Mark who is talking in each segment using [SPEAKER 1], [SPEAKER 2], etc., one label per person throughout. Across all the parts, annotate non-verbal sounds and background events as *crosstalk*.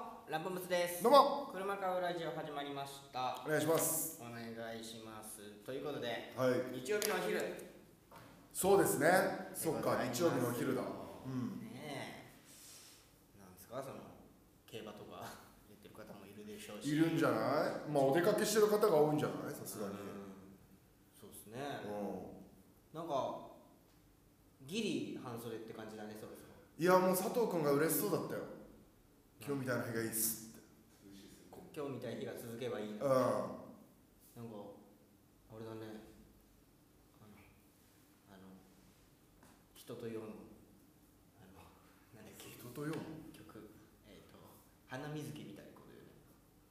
[SPEAKER 1] ツです
[SPEAKER 2] どうも
[SPEAKER 1] 車買うラジオ始まりました
[SPEAKER 2] お願いします
[SPEAKER 1] お願いしますということで
[SPEAKER 2] はい
[SPEAKER 1] 日曜日のお昼
[SPEAKER 2] そうですねそっか日曜日のお昼だうん
[SPEAKER 1] ねえなんですかその競馬とか言ってる方もいるでしょうし
[SPEAKER 2] いるんじゃないまあお出かけしてる方が多いんじゃないさすがに
[SPEAKER 1] うんそうですね
[SPEAKER 2] う
[SPEAKER 1] なんかギリ半袖って感じだねそろそろ
[SPEAKER 2] んいやもう佐藤君が嬉しそうだったよ今日みたいな日がいいっす
[SPEAKER 1] 今日みたい日が続けばいいな
[SPEAKER 2] うん
[SPEAKER 1] なんかあれだねあのあの人と読むあのなんだっけ
[SPEAKER 2] 人とよ
[SPEAKER 1] 曲えっ、と花水木みたいなことよね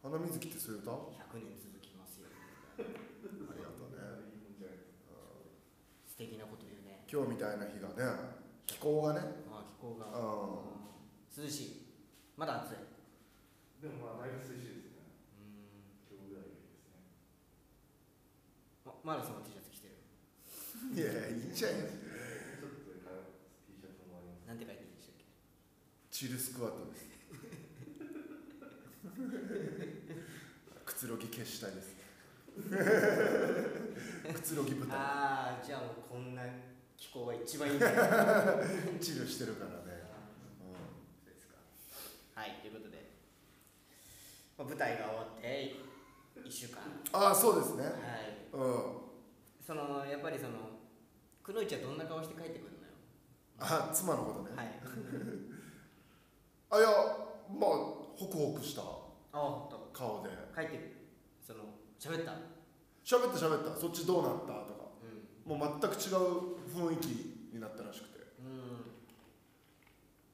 [SPEAKER 2] 花水木ってそういう歌
[SPEAKER 1] 100年続きますよ
[SPEAKER 2] ありがとうね
[SPEAKER 1] 素敵なこと言うね
[SPEAKER 2] 今日みたいな日がね気候がね
[SPEAKER 1] ああ気候がう
[SPEAKER 2] う
[SPEAKER 1] ん涼しいまだ暑い
[SPEAKER 3] でもまあだいぶ涼しいですね。
[SPEAKER 1] うん
[SPEAKER 3] 今日ぐらいがいいですね。
[SPEAKER 1] ままだその T シャツ着てる
[SPEAKER 2] んいやいいんじゃない
[SPEAKER 3] ちょっとなんか T シャツもあります。
[SPEAKER 1] なんて書いてるんでしたっけ
[SPEAKER 2] チルスクワットですくつろぎ消したいですくつろぎ舞台
[SPEAKER 1] ああじゃあもうこんな気候が一番いいんだよ
[SPEAKER 2] チルしてるからね、う
[SPEAKER 1] そうですかはいということで、まあ、舞台が終わって1週間
[SPEAKER 2] ん、ああそうです
[SPEAKER 1] は
[SPEAKER 2] ね
[SPEAKER 1] い
[SPEAKER 2] うん
[SPEAKER 1] そのやっぱりそのくのいちはどんな顔して帰ってくるのよ
[SPEAKER 2] あ妻のことね
[SPEAKER 1] はい
[SPEAKER 2] あいやまあホクホクした
[SPEAKER 1] あほんと
[SPEAKER 2] 顔で
[SPEAKER 1] 帰ってくるその喋った
[SPEAKER 2] 喋った喋ったそっちどうなったとか
[SPEAKER 1] う
[SPEAKER 2] もう全く違う雰囲気になったらしくて
[SPEAKER 1] んうん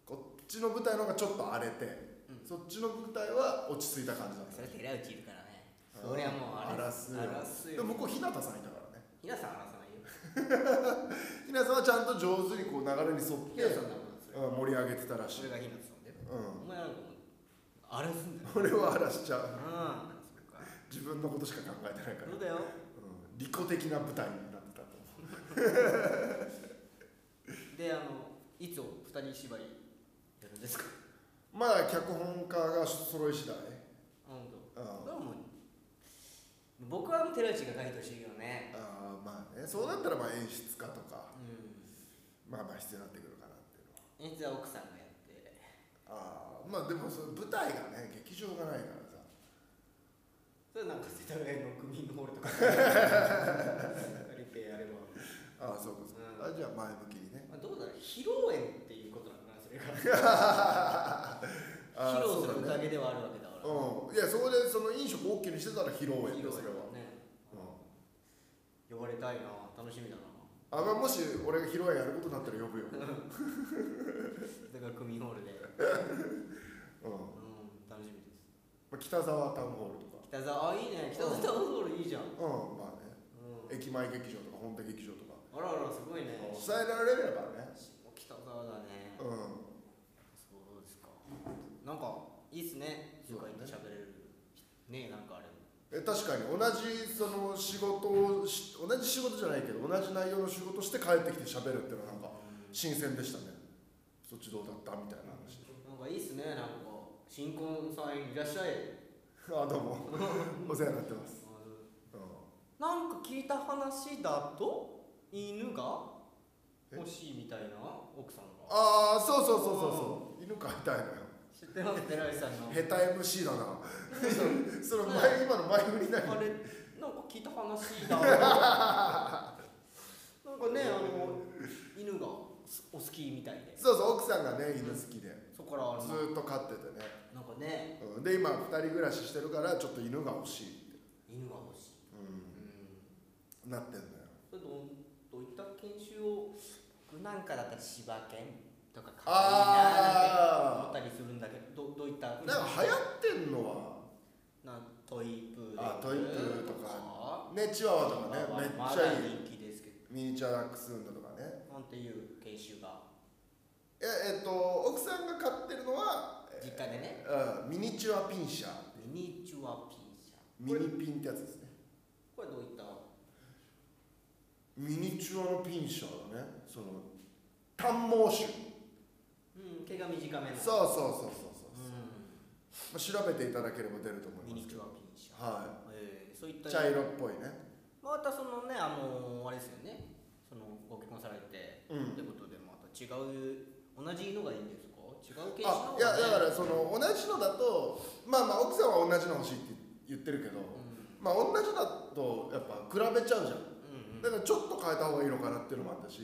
[SPEAKER 2] こっちの舞台の方がちょっと荒れて
[SPEAKER 1] うん
[SPEAKER 2] そっちの舞台は落ち着いた感じだった
[SPEAKER 1] それ寺内いるからね
[SPEAKER 2] あー
[SPEAKER 1] そりゃもうあれ
[SPEAKER 2] 荒らすよ
[SPEAKER 1] 荒らす
[SPEAKER 2] で
[SPEAKER 1] よ
[SPEAKER 2] も向こう日向さんいたからね
[SPEAKER 1] ひなさん荒らさないよ
[SPEAKER 2] ひなさんはちゃんと上手にこう流れに
[SPEAKER 1] ひ
[SPEAKER 2] 沿
[SPEAKER 1] な
[SPEAKER 2] って
[SPEAKER 1] さんだもんそれ
[SPEAKER 2] うん盛り上げてたらし
[SPEAKER 1] そ
[SPEAKER 2] い、う
[SPEAKER 1] れ
[SPEAKER 2] ん
[SPEAKER 1] がひなさんだよお前なんかもう荒らすんだよ
[SPEAKER 2] 俺は荒らしちゃ
[SPEAKER 1] う
[SPEAKER 2] うん
[SPEAKER 1] そっか
[SPEAKER 2] 自分のことしか考えてないから、
[SPEAKER 1] そう
[SPEAKER 2] うん
[SPEAKER 1] だよ、
[SPEAKER 2] 利己的な舞台になってたと思
[SPEAKER 1] であのいつを二人縛りやるんですか
[SPEAKER 2] うまあ脚本家が揃い次第
[SPEAKER 1] あほんと
[SPEAKER 2] うん
[SPEAKER 1] それはもう僕は寺内が書いてほしいけどね
[SPEAKER 2] あーまあねそうなったらまあ演出家とか
[SPEAKER 1] う
[SPEAKER 2] まあまあ必要になってくるかなっていうのは
[SPEAKER 1] ん演出は奥さんがやって
[SPEAKER 2] ああまあでもその舞台がね劇場がないからさ
[SPEAKER 1] それなんか世田谷の区民ホールとか借りてやれば
[SPEAKER 2] ああそうかそうか、
[SPEAKER 1] うん
[SPEAKER 2] あじゃあ前向きにね
[SPEAKER 1] まあ、どうだろう披露宴っていうことなのかなそれが
[SPEAKER 2] あ
[SPEAKER 1] 披
[SPEAKER 2] ー
[SPEAKER 1] 露す
[SPEAKER 2] そ
[SPEAKER 1] る
[SPEAKER 2] うだね
[SPEAKER 1] 宴ではあるわけだから
[SPEAKER 2] うんいやそこでその飲食 OK にしてたら披露宴ですそれは、
[SPEAKER 1] ね
[SPEAKER 2] う
[SPEAKER 1] 呼ばれたいな楽しみだな
[SPEAKER 2] ん、あまあもし俺が披露宴やることになったら呼ぶよ、
[SPEAKER 1] だから区民ホールで、うん、
[SPEAKER 2] うん
[SPEAKER 1] 楽しみです
[SPEAKER 2] まあ、北沢タウンホールとか
[SPEAKER 1] 北沢あいいね北沢タウンホールいいじゃん、うん、
[SPEAKER 2] うんまあね駅前劇場とか本田劇場とか
[SPEAKER 1] あらあらすごいね
[SPEAKER 2] 伝えられればね
[SPEAKER 1] 下北沢だね
[SPEAKER 2] う
[SPEAKER 1] そうですかなんかいいっすね
[SPEAKER 2] そうだね
[SPEAKER 1] 世界と喋れるねなんかあれ
[SPEAKER 2] んえ確かに同じその仕事をし同じ仕事じゃないけど同じ内容の仕事して帰ってきて喋るっていうのはなんか新鮮でしたねそっちどうだったみたいな *laughs* 話
[SPEAKER 1] なんかいいっすねなんか新婚さんいらっしゃい
[SPEAKER 2] あどうも *laughs* お世話になってます、う
[SPEAKER 1] なんか聞いた話だと犬が
[SPEAKER 2] え
[SPEAKER 1] 欲しいみたいな奥さん
[SPEAKER 2] ん、
[SPEAKER 1] が
[SPEAKER 2] ああそうそうそうそうそう犬飼いたいのよ
[SPEAKER 1] 知ってます寺内さ *laughs* んの
[SPEAKER 2] ヘタ MC だな *laughs* その
[SPEAKER 1] う
[SPEAKER 2] 前今の前振り何
[SPEAKER 1] あれなんか聞いた話
[SPEAKER 2] *laughs*
[SPEAKER 1] だなんかねあの犬がおお好きみたいで
[SPEAKER 2] そうそう奥さんがね犬好きで
[SPEAKER 1] そこからあの
[SPEAKER 2] ずーっと飼っててね
[SPEAKER 1] なんかね
[SPEAKER 2] うんで今2人暮らししてるからちょっと犬が欲しいって、
[SPEAKER 1] 犬が欲しい、
[SPEAKER 2] う
[SPEAKER 1] うん
[SPEAKER 2] ん、なってんだよ
[SPEAKER 1] それどんどういった研修を僕なんかだったら柴犬とか可愛いなーなんて思ったりするんだけどどどういった
[SPEAKER 2] なんか流行ってんのは
[SPEAKER 1] なトイプー
[SPEAKER 2] あトイプーとねチワワとかねめっ
[SPEAKER 1] ま
[SPEAKER 2] ちゃ
[SPEAKER 1] だ
[SPEAKER 2] いい
[SPEAKER 1] 人気ですけど
[SPEAKER 2] ミニチュアダックスフンドとかね
[SPEAKER 1] なんていう研修が
[SPEAKER 2] ええっと奥さんが飼ってるのは、え
[SPEAKER 1] 実家でね
[SPEAKER 2] うんミニチュアピンシャー
[SPEAKER 1] ミニチュアピンシャー
[SPEAKER 2] ミニピンってやつですね
[SPEAKER 1] これどういった
[SPEAKER 2] ミニチュアのピンシャーだねその短毛種
[SPEAKER 1] うん毛が短めの
[SPEAKER 2] そうそうそうそうそう
[SPEAKER 1] うん
[SPEAKER 2] まあ、調べていただければ出ると思
[SPEAKER 1] ミ
[SPEAKER 2] いま
[SPEAKER 1] ニ
[SPEAKER 2] すけ
[SPEAKER 1] チ
[SPEAKER 2] ど
[SPEAKER 1] ュアピンシャー、
[SPEAKER 2] は
[SPEAKER 1] えーそういっ
[SPEAKER 2] い
[SPEAKER 1] た
[SPEAKER 2] 茶色っぽいね
[SPEAKER 1] またそのねあのあれですよねそのご結婚されて
[SPEAKER 2] う
[SPEAKER 1] っ
[SPEAKER 2] ん
[SPEAKER 1] てことでまた違う同じのがいいんですか違う形式
[SPEAKER 2] あ
[SPEAKER 1] の方がね
[SPEAKER 2] いやだからその同じのだとまあまあ奥さんは同じの欲しいって言ってるけど、
[SPEAKER 1] う
[SPEAKER 2] まあ同じだとやっぱ比べちゃうじゃん
[SPEAKER 1] んうんうんなる
[SPEAKER 2] だからちょっと変えた方がいいのかなっていうのもあったし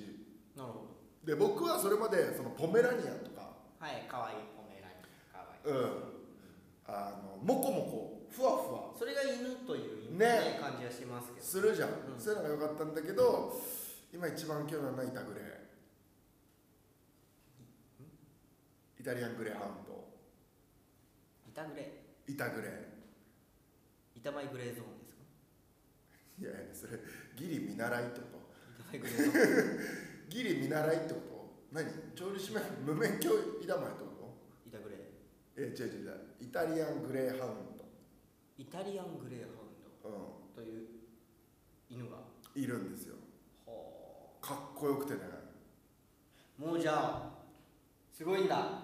[SPEAKER 1] ほど
[SPEAKER 2] で僕はそれまでそのポメラニアンとか
[SPEAKER 1] はい可愛いポメラニアン可愛い
[SPEAKER 2] うんあのモコモコふわふわ
[SPEAKER 1] それが犬という犬
[SPEAKER 2] ね
[SPEAKER 1] ね感じはしますけど
[SPEAKER 2] するじゃん、
[SPEAKER 1] うん
[SPEAKER 2] そういうのが良かったんだけど今一番興味のないタグレイタリアングレーハウンド
[SPEAKER 1] 板グレ
[SPEAKER 2] イタグレ
[SPEAKER 1] 板前グレーゾーンですか
[SPEAKER 2] いやいやそれギリ見習いってこと
[SPEAKER 1] 板前グレーゾーン
[SPEAKER 2] ギリ見習いってこと何調理師免無免許いだまいってこと
[SPEAKER 1] 板グレ
[SPEAKER 2] え違う違う違うイタリアングレーハウン
[SPEAKER 1] イタリアングレーハウンド
[SPEAKER 2] ド、
[SPEAKER 1] という犬が
[SPEAKER 2] うん、いるんですよ
[SPEAKER 1] は
[SPEAKER 2] かっこよくてね
[SPEAKER 1] あもうじゃあすごいんだ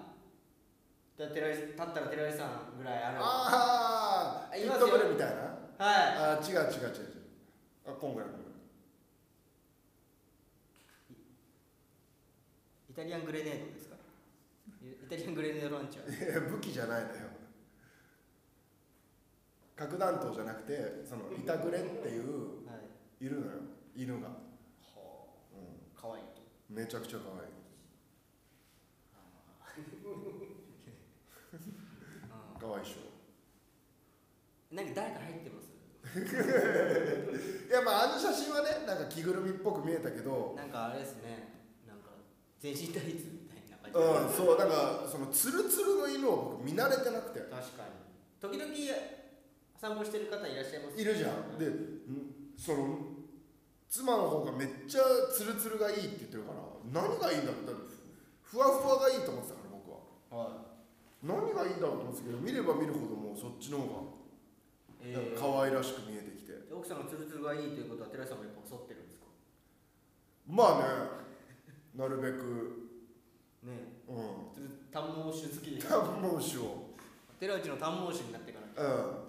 [SPEAKER 1] だ寺石立ったら寺石さんぐらいある
[SPEAKER 2] ああ
[SPEAKER 1] あ
[SPEAKER 2] ヒ
[SPEAKER 1] い
[SPEAKER 2] ッ
[SPEAKER 1] ます
[SPEAKER 2] ト
[SPEAKER 1] よ
[SPEAKER 2] ブルみたいな
[SPEAKER 1] は
[SPEAKER 2] あー違う違う違う違うあこんぐらいこんぐらい
[SPEAKER 1] いイタリアングレネードですかイイタリアングレネードランチャー
[SPEAKER 2] いや武器じゃないのよ核弾頭じゃなくてそのイタグレっていう
[SPEAKER 1] はい
[SPEAKER 2] いるのよ犬が、
[SPEAKER 1] は
[SPEAKER 2] う
[SPEAKER 1] あかわいいと
[SPEAKER 2] ん、めちゃくちゃ可愛い
[SPEAKER 1] あ
[SPEAKER 2] 可愛いっしょ
[SPEAKER 1] ーなんか誰か入ってます
[SPEAKER 2] いやまああの写真はねなんか着ぐるみっぽく見えたけど
[SPEAKER 1] なんかあれですねなんか全身タイツみたいな
[SPEAKER 2] う
[SPEAKER 1] 感
[SPEAKER 2] ん
[SPEAKER 1] じ、
[SPEAKER 2] そうなんかそのツルツルの犬を僕見慣れてなくて
[SPEAKER 1] 確かに時々散歩してる方いらっしゃいます
[SPEAKER 2] いるじゃんでんその妻の方がめっちゃツルツルがいいって言ってるから何がいいんだろうだってふわふわがいいと思ってたから僕は
[SPEAKER 1] は
[SPEAKER 2] 何がいいんだろうと思ってたけど見れば見るほどもうそっちの方が
[SPEAKER 1] い、えー
[SPEAKER 2] なんか可愛らしく見えてきて、
[SPEAKER 1] で奥さんのツルツルがいいということは寺井さんもやっぱ襲ってるんですか
[SPEAKER 2] まあねなるべく
[SPEAKER 1] ね
[SPEAKER 2] うん
[SPEAKER 1] えツル短毛種好きで
[SPEAKER 2] 短毛種を
[SPEAKER 1] 寺内の短毛種になってから
[SPEAKER 2] うん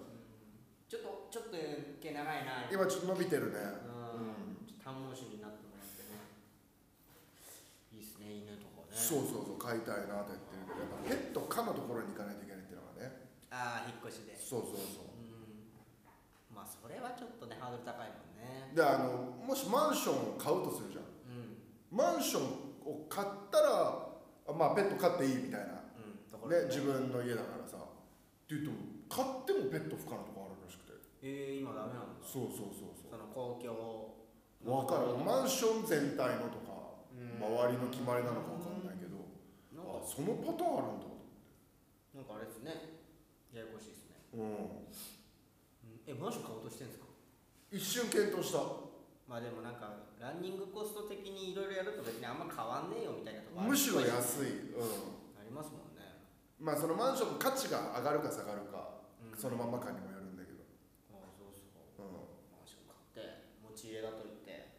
[SPEAKER 1] ちょっとちょっと毛長いな
[SPEAKER 2] 今ちょっと伸びてるね
[SPEAKER 1] うんちょっと短毛種になってもらってねいいっすね犬とかね
[SPEAKER 2] そうそうそう飼いたいなと言ってるけどやっぱペット可のところに行かないといけないっていうのがね
[SPEAKER 1] ああ引っ越しで
[SPEAKER 2] そうそう
[SPEAKER 1] う
[SPEAKER 2] そ
[SPEAKER 1] んまあそれはちょっとねハードル高いもんね
[SPEAKER 2] うであのもしマンションを買うとするじゃん
[SPEAKER 1] うん
[SPEAKER 2] マンションを買ったらあまあペット飼っていいみたいな
[SPEAKER 1] うんところ
[SPEAKER 2] ね自分の家だからさって言っても買ってもペット不可のとこあるらしくて
[SPEAKER 1] えー、今ダメなんだ
[SPEAKER 2] そうそうそうそう
[SPEAKER 1] その公共
[SPEAKER 2] わかるマンション全体のと
[SPEAKER 1] う
[SPEAKER 2] か、
[SPEAKER 1] ん
[SPEAKER 2] 周りの決まりなのかわかんないけど、
[SPEAKER 1] なん
[SPEAKER 2] あ
[SPEAKER 1] か
[SPEAKER 2] そのパターンあるんだ
[SPEAKER 1] なんかあれですねややこしいですね
[SPEAKER 2] うん
[SPEAKER 1] うんえマンション買おうとしてんですか
[SPEAKER 2] 一瞬検討した
[SPEAKER 1] まあでもなんかランニングコスト的にいろいろやると別にあんま変わんねえよみたいなとこある
[SPEAKER 2] むしろ
[SPEAKER 1] あ
[SPEAKER 2] 安い、う
[SPEAKER 1] りますもんね、
[SPEAKER 2] ん、まあそのマンションの価値が上がるか下がるか、
[SPEAKER 1] うん、
[SPEAKER 2] その
[SPEAKER 1] あ
[SPEAKER 2] ままかにもよるんだけど、
[SPEAKER 1] あそうそう
[SPEAKER 2] う
[SPEAKER 1] マンション買って持ち家だと言って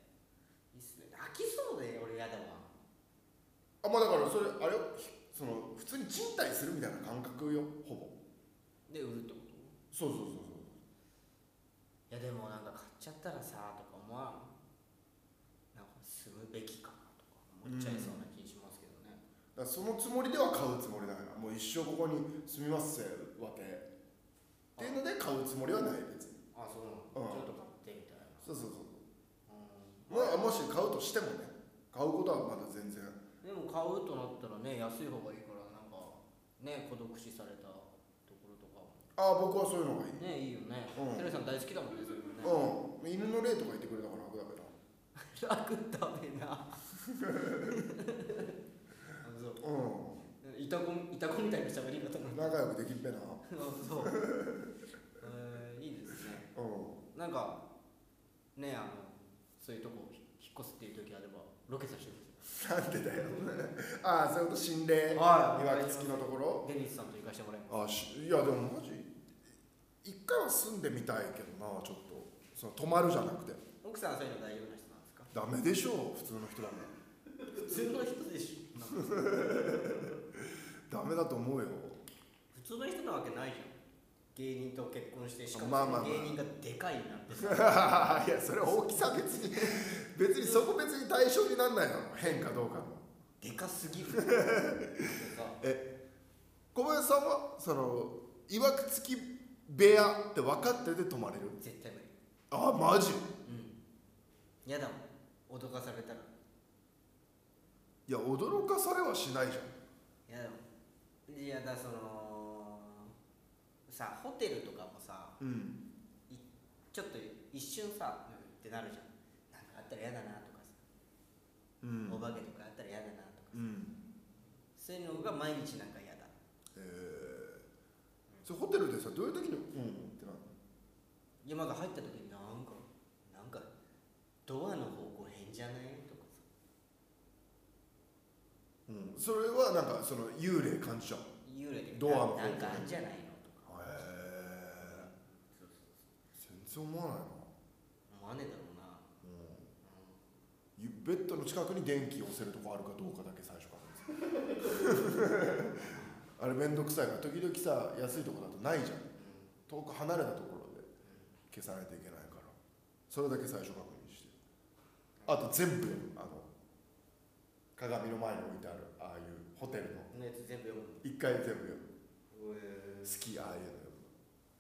[SPEAKER 1] いいっすね飽きそうで俺やだわ
[SPEAKER 2] ん、あまあだからそれあれよひその普通に賃貸するみたいな感覚よほぼ
[SPEAKER 1] で売るってこと
[SPEAKER 2] そうそうそう
[SPEAKER 1] いやでもなんか買っちゃったらさとか思わんなんか住むべきかなとか思っちゃいそうな気しますけどね、
[SPEAKER 2] そうだからそのつもりでは買うつもりだからもう一生ここに住みますせわけっていうので買うつもりはない別に
[SPEAKER 1] あそうなの、
[SPEAKER 2] うん
[SPEAKER 1] ちょっと買ってみたいな
[SPEAKER 2] そうそうそう
[SPEAKER 1] うん
[SPEAKER 2] まあ、もし買うとしてもね買うことはまだ全然
[SPEAKER 1] でも買うとなったらね安い方がいいからなんかね孤独死されたところとかも
[SPEAKER 2] ああ僕はそういうのがいい
[SPEAKER 1] ねいいよね、
[SPEAKER 2] うん
[SPEAKER 1] テレさん大好きだもんねそれもね、
[SPEAKER 2] うん犬の霊とかいてくれたから楽だけ
[SPEAKER 1] 楽だめなあそう
[SPEAKER 2] どう
[SPEAKER 1] いたこいたこみたいな喋り方なんだ
[SPEAKER 2] ん仲良くできんべな
[SPEAKER 1] あそう、えー、いいですね
[SPEAKER 2] う
[SPEAKER 1] なんかねあのそういうとこひ引っ越すっていう時あればロケさせてく
[SPEAKER 2] んなんでだよああそういうこと心霊い
[SPEAKER 1] ださい
[SPEAKER 2] わき付きのところ
[SPEAKER 1] デニスさんと行かしてもらいます
[SPEAKER 2] ああしいやでもマジ一回は住んでみたいけどなちょっとその泊まるじゃなくて
[SPEAKER 1] 奥さんはそういうの大丈夫な人なんですか
[SPEAKER 2] ダメでしょう普通の人だね
[SPEAKER 1] 普通の人でしょ
[SPEAKER 2] *laughs* ダメだと思うよ
[SPEAKER 1] 普普通の人なわけないじゃん芸人と結婚してしかも
[SPEAKER 2] まあまあまあ
[SPEAKER 1] 芸人がでかいなんてさ
[SPEAKER 2] いやそれ大きさ別に別にそこ別に対象になんないの変かどうかの
[SPEAKER 1] でかす
[SPEAKER 2] *laughs*
[SPEAKER 1] ぎるなんか
[SPEAKER 2] 小林さんはそのいわくつき部屋って分かってて泊まれる
[SPEAKER 1] 絶対無理
[SPEAKER 2] あマ
[SPEAKER 1] う
[SPEAKER 2] ジ
[SPEAKER 1] ん嫌だもん脅かされたら
[SPEAKER 2] いや驚かされはしないじゃ
[SPEAKER 1] 嫌だもんいやだそのさホテルとかもさ
[SPEAKER 2] んうん
[SPEAKER 1] ちょっと一瞬さ、ってなるじゃんなんかあったら嫌だなとかさ、
[SPEAKER 2] う
[SPEAKER 1] お
[SPEAKER 2] ん
[SPEAKER 1] 化けとかあったら嫌だなとか
[SPEAKER 2] うん
[SPEAKER 1] そういうのが毎日なんか嫌だ
[SPEAKER 2] えー、それホテルでさどういう時にうんってなる
[SPEAKER 1] いやまだ入った時になんかなんかドアの方向変じゃないとかさ
[SPEAKER 2] のうんそれはなんかその幽霊感じちゃう
[SPEAKER 1] 幽霊で
[SPEAKER 2] ドアの方向
[SPEAKER 1] ななんかあんじゃないのとか
[SPEAKER 2] へえ全然思わないな、
[SPEAKER 1] 思わねえだろうな、
[SPEAKER 2] う、
[SPEAKER 1] うん
[SPEAKER 2] ゆベッドの近くに電気を押せるとこあるかどうかだけ最初から *laughs* ですあれ面倒くさいから時々さ安いとこだとないじゃん
[SPEAKER 1] ん
[SPEAKER 2] 遠く離れたところで消さないといけないからそれだけ最初確認してあと全部あの鏡の前に置いてあるああいうホテルの
[SPEAKER 1] このやつ全部読む
[SPEAKER 2] 一回全部読む
[SPEAKER 1] の
[SPEAKER 2] 好きああいうの読む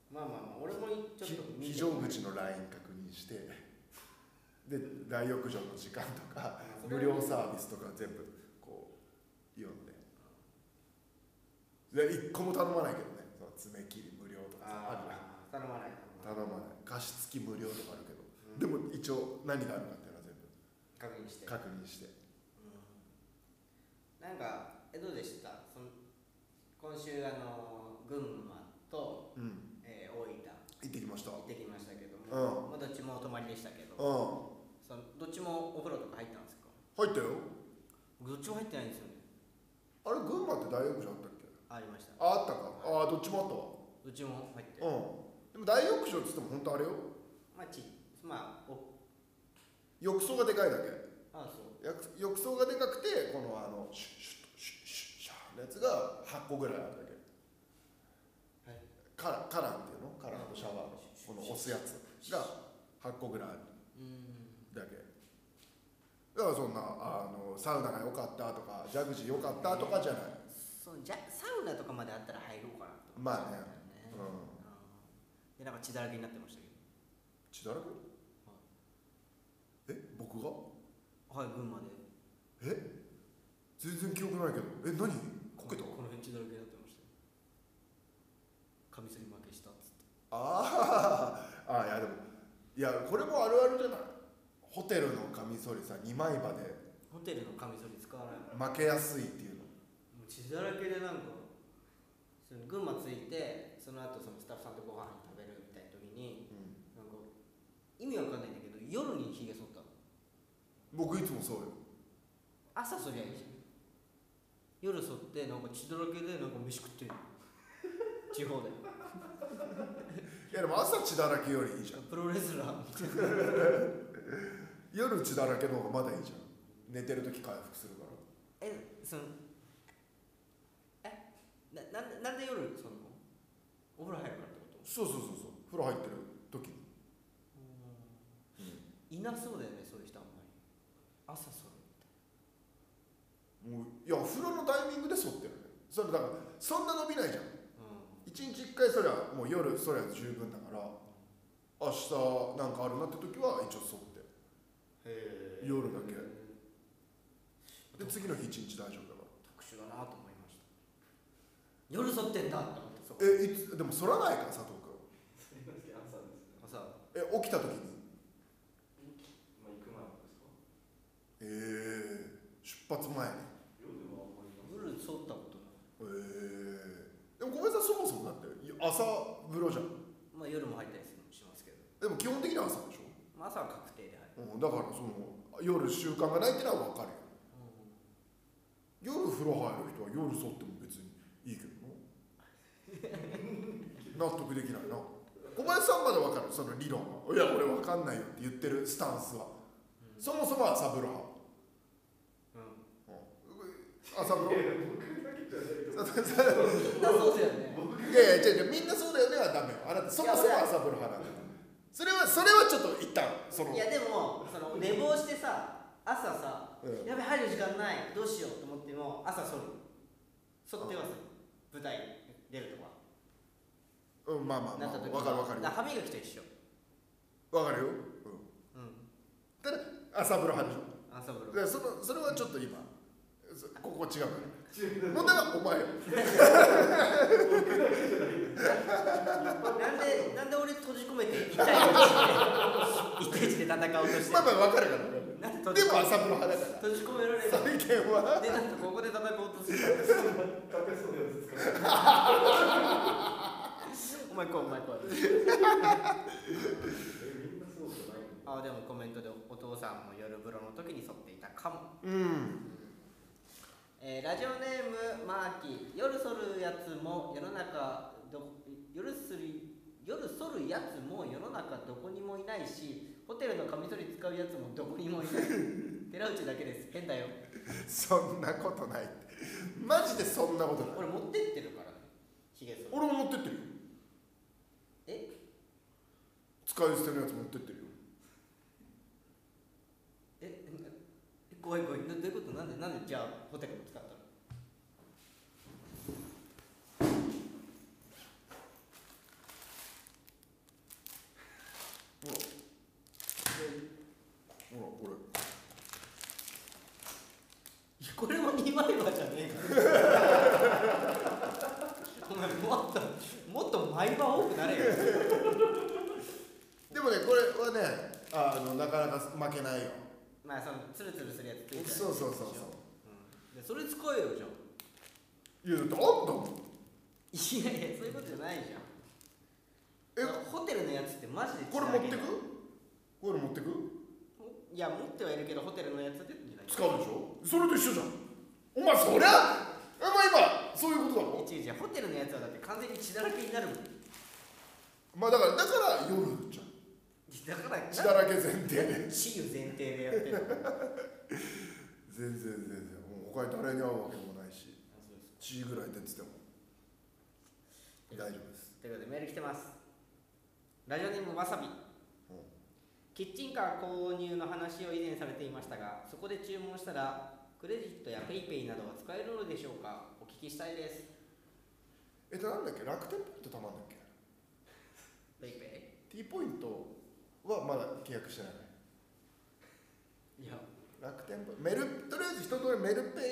[SPEAKER 1] まあまあまあ俺もちょっと
[SPEAKER 2] 非
[SPEAKER 1] 見て
[SPEAKER 2] 常口のライン確認してで大浴場の時間とか
[SPEAKER 1] それ
[SPEAKER 2] 無
[SPEAKER 1] は
[SPEAKER 2] 料サービスとか全部こう読んでで一個も頼まないけどねその爪切り無料とかさあるじゃ
[SPEAKER 1] あ
[SPEAKER 2] ん
[SPEAKER 1] あ頼まない
[SPEAKER 2] 頼まない加湿器無料とかあるけど、
[SPEAKER 1] うん
[SPEAKER 2] でも一応何があるかっていうのは全部
[SPEAKER 1] 確認して
[SPEAKER 2] 確認して
[SPEAKER 1] うんなんかえどうでしたその今週あの群馬と、
[SPEAKER 2] うん
[SPEAKER 1] えー大分
[SPEAKER 2] 行ってきました
[SPEAKER 1] 行
[SPEAKER 2] う
[SPEAKER 1] ってきましたけども、
[SPEAKER 2] う
[SPEAKER 1] まあ、どっちもお泊まりでしたけど、
[SPEAKER 2] ん入
[SPEAKER 1] そのどっちもお風呂とか入ったんですか
[SPEAKER 2] ったよ
[SPEAKER 1] 僕どっちも入ってないんですよね
[SPEAKER 2] あれ群馬って大浴場あったっけ
[SPEAKER 1] ありました
[SPEAKER 2] ああったかああどっちも
[SPEAKER 1] どっちも入っ
[SPEAKER 2] あ
[SPEAKER 1] て、
[SPEAKER 2] ったわうんでも大浴場っつっても本当あれよ
[SPEAKER 1] まあちまあお
[SPEAKER 2] 浴槽がでかいだけ
[SPEAKER 1] あそう
[SPEAKER 2] 浴浴槽がでかくてこのあのシュッシュッとシュッシュッシャーのやつが8個ぐらいあるだけ
[SPEAKER 1] はい
[SPEAKER 2] カラカランっていうのカランとシャワーのこの押すやつが8個ぐらいある
[SPEAKER 1] うん
[SPEAKER 2] だけだからそんなあのサウナが良かったとかジャグジー良かったとかじゃない、
[SPEAKER 1] そうじゃサウナとかまであったら入ろうかなと思
[SPEAKER 2] まあ
[SPEAKER 1] っ
[SPEAKER 2] ね
[SPEAKER 1] たんだよね
[SPEAKER 2] う
[SPEAKER 1] うん
[SPEAKER 2] ん、
[SPEAKER 1] でなんか血だらけになってましたけ
[SPEAKER 2] 血だらけえ僕が
[SPEAKER 1] どはい群馬で
[SPEAKER 2] 全然記憶ないけどえ何こけた
[SPEAKER 1] この辺血だらけになってましたよカミソリ負けしたっつって
[SPEAKER 2] あー *laughs* あーいやでもいやこれもあるあるじゃないホテルのカミソリさ2枚刃で
[SPEAKER 1] ホテルのカミソリ使わないも
[SPEAKER 2] 負けやすいっていうの
[SPEAKER 1] う血だらけでなんかその群馬着いてその後そのスタッフさんとご飯食べるみたいな時になんか意味わかんないんだけど夜にひげ剃ったの
[SPEAKER 2] 僕いつもそうよ
[SPEAKER 1] 朝剃りゃいいじゃん夜剃ってなんか血だらけでなんか飯食ってる地方で
[SPEAKER 2] いやでも朝血だらけよりいいじゃん
[SPEAKER 1] プロレスラー
[SPEAKER 2] 夜血だらけの方がまだいいじゃん寝てる時回復するから
[SPEAKER 1] えそのえななんでなんで夜そのお風呂入るからってこと
[SPEAKER 2] そうそうそうそう風呂入ってる時に
[SPEAKER 1] いなそうだよねそういう人あんまり朝剃る
[SPEAKER 2] もういや風呂のタイミングで剃ってるねそれだからそんな伸びないじゃん
[SPEAKER 1] う
[SPEAKER 2] 一日一回そりゃもう夜そりゃ十分だから明日なんかあるなって時は一応剃って
[SPEAKER 1] んへ
[SPEAKER 2] 夜だけ
[SPEAKER 1] け
[SPEAKER 2] で次の日一日大丈夫だか
[SPEAKER 1] 特殊だなと思いました夜剃ってんだって思ってそう
[SPEAKER 2] らえいつでも剃らないから佐藤
[SPEAKER 3] それだけ朝ですね。
[SPEAKER 1] 朝
[SPEAKER 2] 君え起きた時に
[SPEAKER 3] まあ行く前ですか。
[SPEAKER 2] えー、出発前に
[SPEAKER 3] 夜はあんまり行かない。
[SPEAKER 1] 夜剃ったことない
[SPEAKER 2] えー、でも小林さんそもそもだっていや朝風呂じゃん
[SPEAKER 1] まあ夜も入ったりするしますけど、
[SPEAKER 2] でも基本的には朝でしょ
[SPEAKER 1] まあ、朝は確定で入る、
[SPEAKER 2] うん、だからその夜習慣がないってのは分かるよ夜風呂入る人は夜剃っても別にいいけどな *laughs* 納得できないな小林さんまで分かるその理論はいや俺分かんないよって言ってるスタンスは
[SPEAKER 1] うん
[SPEAKER 2] そもそも朝風呂派
[SPEAKER 1] う
[SPEAKER 2] 朝風呂
[SPEAKER 3] いやいや僕だけじゃないと思う。
[SPEAKER 1] ん、だそうだよね
[SPEAKER 3] 僕
[SPEAKER 2] いやいや違う違うみんなそうだよねはダメよあなたそもそも朝風呂派なんだそれはそれはちょっと一旦その
[SPEAKER 1] いやでもその寝坊してさ朝さ、
[SPEAKER 2] うん
[SPEAKER 1] やべ入る時間ないどうしようと思っても朝剃る剃ってます舞台出るとか
[SPEAKER 2] うんまあまあま
[SPEAKER 1] な
[SPEAKER 2] あ
[SPEAKER 1] った時
[SPEAKER 2] わかるわかる
[SPEAKER 1] だ
[SPEAKER 2] よ
[SPEAKER 1] ら歯磨きと一緒
[SPEAKER 2] わかるよ、
[SPEAKER 1] うん
[SPEAKER 2] うん、ただ朝風呂派でしょ
[SPEAKER 1] 朝風
[SPEAKER 2] だか
[SPEAKER 1] 呂
[SPEAKER 2] らそのそれはちょっと今そここ違うから
[SPEAKER 3] 中で
[SPEAKER 2] 問題はお前よ
[SPEAKER 1] なんでなんで俺閉じ込めて1対1で一対一で戦おうとして
[SPEAKER 2] まあ
[SPEAKER 1] る
[SPEAKER 2] まあわかるか
[SPEAKER 1] なんで
[SPEAKER 2] ら
[SPEAKER 1] 閉じ
[SPEAKER 2] で
[SPEAKER 1] 込
[SPEAKER 2] も
[SPEAKER 1] め
[SPEAKER 2] 朝風呂派だから *laughs*
[SPEAKER 1] 閉じ込められる
[SPEAKER 2] その意見は
[SPEAKER 1] でなんかここで戦おうとす
[SPEAKER 2] *laughs*
[SPEAKER 1] る
[SPEAKER 3] 隠そうなやつです
[SPEAKER 1] お
[SPEAKER 3] か
[SPEAKER 1] 前こうお前こう
[SPEAKER 3] えみんなそうじゃないの
[SPEAKER 1] あでもコメントでお父さんも夜風呂の時に剃っていたかも
[SPEAKER 2] うん
[SPEAKER 1] えーラジオネームマーキー夜剃るやつも世の中ど夜する夜剃るやつも世の中どこにもいないしホテルのカミソリ使うやつもどこにもいない *laughs* 寺内だけです変だよ
[SPEAKER 2] そんなことないってマジでそんなことない
[SPEAKER 1] 俺持ってってるからねヒゲ剃る
[SPEAKER 2] 俺も持ってってるよ
[SPEAKER 1] え
[SPEAKER 2] 使い捨てのやつ持ってってるよ
[SPEAKER 1] えな怖い怖いなどういうことなんでなんでじゃあホテルも使ったの
[SPEAKER 2] ほらほらこれ
[SPEAKER 1] いやこれも2枚刃じゃねえか *laughs* お前もっともっと毎刃多くなれよ
[SPEAKER 2] でもねこれはねあのなかなか負けないよ
[SPEAKER 1] まあそのツルツルするやつついてる
[SPEAKER 2] そうそうそうそう
[SPEAKER 1] うんでそれ使えよじゃん
[SPEAKER 2] いやだってあんだもん
[SPEAKER 1] いやいやそういうことじゃないじゃん
[SPEAKER 2] え
[SPEAKER 1] なんかホテルのやつってマジで
[SPEAKER 2] これ持ってくこれ持ってく
[SPEAKER 1] くいや持ってはいるけどホテルのやつって言ってんじゃない
[SPEAKER 2] 使うでしょそれと一緒じゃんお前そりゃお前今そういうことだろ
[SPEAKER 1] 違う違うホテルのやつはだって完全に血だらけになるもんだ
[SPEAKER 2] まあだからだから夜じゃん
[SPEAKER 1] から
[SPEAKER 2] 血だらけ前提で
[SPEAKER 1] 死ゆ前提でやってる
[SPEAKER 2] 全然全然もう他に誰に会うわけもないし
[SPEAKER 1] あそうです
[SPEAKER 2] 血ぐらい出てても大丈夫です
[SPEAKER 1] ということでメール来てますラジオネームわさびキッチンカー購入の話を以前されていましたがそこで注文したらクレジットや PayPay などは使えるのでしょうかお聞きしたいです
[SPEAKER 2] えっとなんだっけ楽天ポイントたまんだっけ
[SPEAKER 1] PayPay?
[SPEAKER 2] T ポイントはまだ契約してない
[SPEAKER 1] いや
[SPEAKER 2] 楽天ポイントメルとりあえず一通りメルペイ、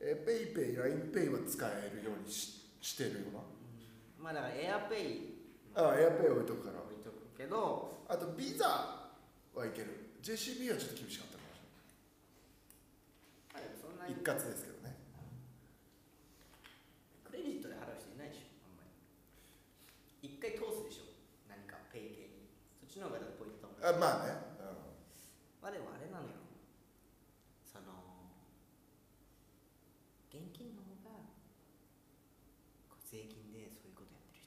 [SPEAKER 2] えー、ペイペイラインペイは使えるようにししてるよ
[SPEAKER 1] まあだから AirPay
[SPEAKER 2] なああエアペイ置いとくから
[SPEAKER 1] 置いとくけど
[SPEAKER 2] あとビザはいける JCB はちょっと厳しかったかもし
[SPEAKER 1] まあでもそんな
[SPEAKER 2] れない
[SPEAKER 1] に
[SPEAKER 2] 一括ですけどね
[SPEAKER 1] クレジットで払う人いないでしょあんまり一回通すでしょ何か PayPay にそっちの方がだってポイントも
[SPEAKER 2] あまあね、
[SPEAKER 1] まあでもあれなのよその現金の方がこう税金でそういうことやってる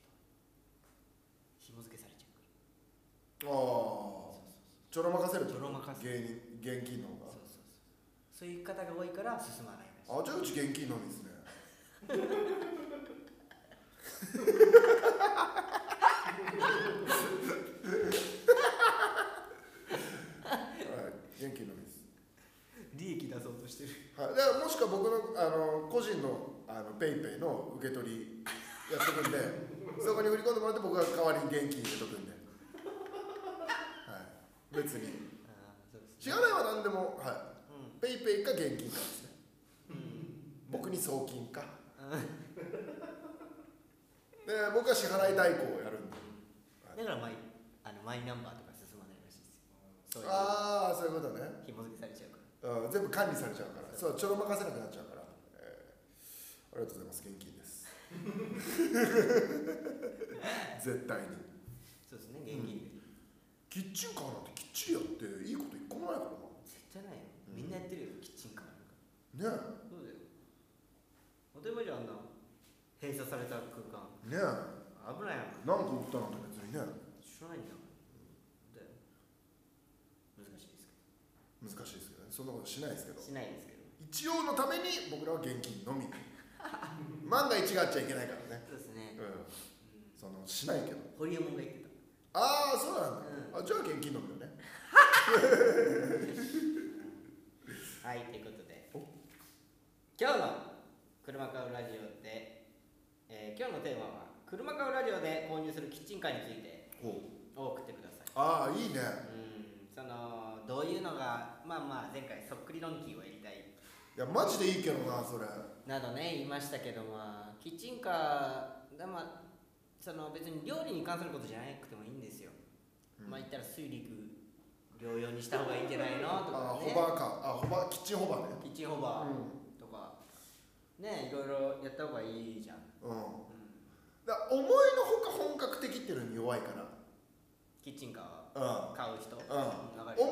[SPEAKER 1] 人紐付けされちゃうか
[SPEAKER 2] うん、あ
[SPEAKER 1] ら
[SPEAKER 2] あちょろまかせる
[SPEAKER 1] ちょろまかせ
[SPEAKER 2] 芸人現金の方
[SPEAKER 1] そう
[SPEAKER 2] が
[SPEAKER 1] そうそうそういう方が多いから進まないらしい
[SPEAKER 2] あじゃあうち現金のみですねはい現金のみです、
[SPEAKER 1] 利益出そうとしてる
[SPEAKER 2] はい、だからもしくは僕のあの個人のあのペイペイの受け取りやってくんでそこに振り込んでもらって僕が代わりに現金入れとくんで、はい、別に
[SPEAKER 1] ああそうです
[SPEAKER 2] 支払いは何でも、は
[SPEAKER 1] う
[SPEAKER 2] い、ペイペイか現金かですね
[SPEAKER 1] んうん
[SPEAKER 2] 僕に送金かで僕は支払い代行をやるんで
[SPEAKER 1] だからマイあのマイナンバーとか進まないらしいですよそういう
[SPEAKER 2] ああそういうことね、
[SPEAKER 1] 紐付けされちゃうから
[SPEAKER 2] うん、全部管理されちゃうから
[SPEAKER 1] そ
[SPEAKER 2] そうちょろまかせなくなっちゃうから、えーありがとうございます現金
[SPEAKER 1] *laughs*
[SPEAKER 2] です絶対に
[SPEAKER 1] そうですね現金で、
[SPEAKER 2] キッチンカーなんてきっちりやっていいこと一個もないか
[SPEAKER 1] 絶対ないよ
[SPEAKER 2] うん
[SPEAKER 1] みんなやってるよ、キッチンカーなんから
[SPEAKER 2] な
[SPEAKER 1] そうだよ当たり前じゃんあんな閉鎖された空間
[SPEAKER 2] ねえねえ
[SPEAKER 1] 危ないやん
[SPEAKER 2] 何個売ったなんて別にね
[SPEAKER 1] 知らないんだもんだよ難しいですけ
[SPEAKER 2] 難しいですけどねそんなことしないですけど
[SPEAKER 1] どしないですけど *laughs*
[SPEAKER 2] 一応のために僕らは現金のみ万が一があっちゃいけないからね
[SPEAKER 1] そうです
[SPEAKER 2] う
[SPEAKER 1] ね、
[SPEAKER 2] ん
[SPEAKER 1] うん
[SPEAKER 2] そのしないけど
[SPEAKER 1] ホリエモンが言ってた
[SPEAKER 2] ああそうなんだ、あじゃあ現金飲むよね
[SPEAKER 1] はい、ということで
[SPEAKER 2] お
[SPEAKER 1] 今日の「車買うラジオで」えー今日のテーマは「車買うラジオで購入するキッチンカーについて
[SPEAKER 2] ほう」
[SPEAKER 1] を送ってください
[SPEAKER 2] ああいいね
[SPEAKER 1] うんそのどういうのがまあまあ前回そっくりドンキーをやりたい
[SPEAKER 2] いやマジでいいけどなそれ
[SPEAKER 1] などね言いましたけどまあキッチンカーがまあその別に料理に関することじゃなくてもいいんですよ、
[SPEAKER 2] うん
[SPEAKER 1] まあ言ったら水陸両用にした方がいいんじゃないのと
[SPEAKER 2] あ
[SPEAKER 1] か
[SPEAKER 2] ホ
[SPEAKER 1] ね
[SPEAKER 2] バーかあホバーキッチンホバーね
[SPEAKER 1] キッチンホバーとかねいろいろやった方がいいじゃん、
[SPEAKER 2] うん、うん、
[SPEAKER 1] うん
[SPEAKER 2] だから思いのほか本格的っていうのに弱いか
[SPEAKER 1] キッチンカー
[SPEAKER 2] ら
[SPEAKER 1] 買う人、うん、
[SPEAKER 2] うん
[SPEAKER 1] わか
[SPEAKER 2] うん
[SPEAKER 1] る
[SPEAKER 2] 思いの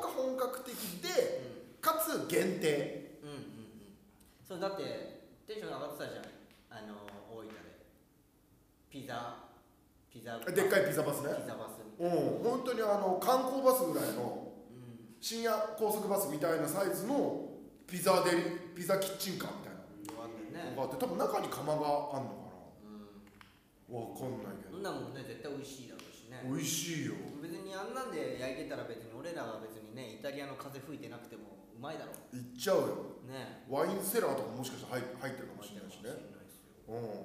[SPEAKER 2] ほか本格的でかつ限定
[SPEAKER 1] うんうんうんうんそうだってテンション上がってたじゃんあの大分でピザピザ
[SPEAKER 2] でっか
[SPEAKER 1] い
[SPEAKER 2] いピザバスね
[SPEAKER 1] ピザバスみたい
[SPEAKER 2] うん本当にあの観光バスぐらい
[SPEAKER 1] な、
[SPEAKER 2] の
[SPEAKER 1] うん
[SPEAKER 2] 深夜高速バスみたいなサイズのピザデリピザキッチンカーみたいな
[SPEAKER 1] よかったね
[SPEAKER 2] のがあって多分中に釜があんの
[SPEAKER 1] う
[SPEAKER 2] かなわかんないけ
[SPEAKER 1] んそんなもんね絶対美味しいだろうしね
[SPEAKER 2] ど美味しいよ
[SPEAKER 1] 別にあんなんで焼いてたら別に俺らが別にねイタリアの風吹いてなくてもうまいだろう
[SPEAKER 2] いっちゃうよ
[SPEAKER 1] ね
[SPEAKER 2] ワインセラーとかもしかしたら入入ってるかもしれないし
[SPEAKER 1] 入っ
[SPEAKER 2] ね
[SPEAKER 1] てる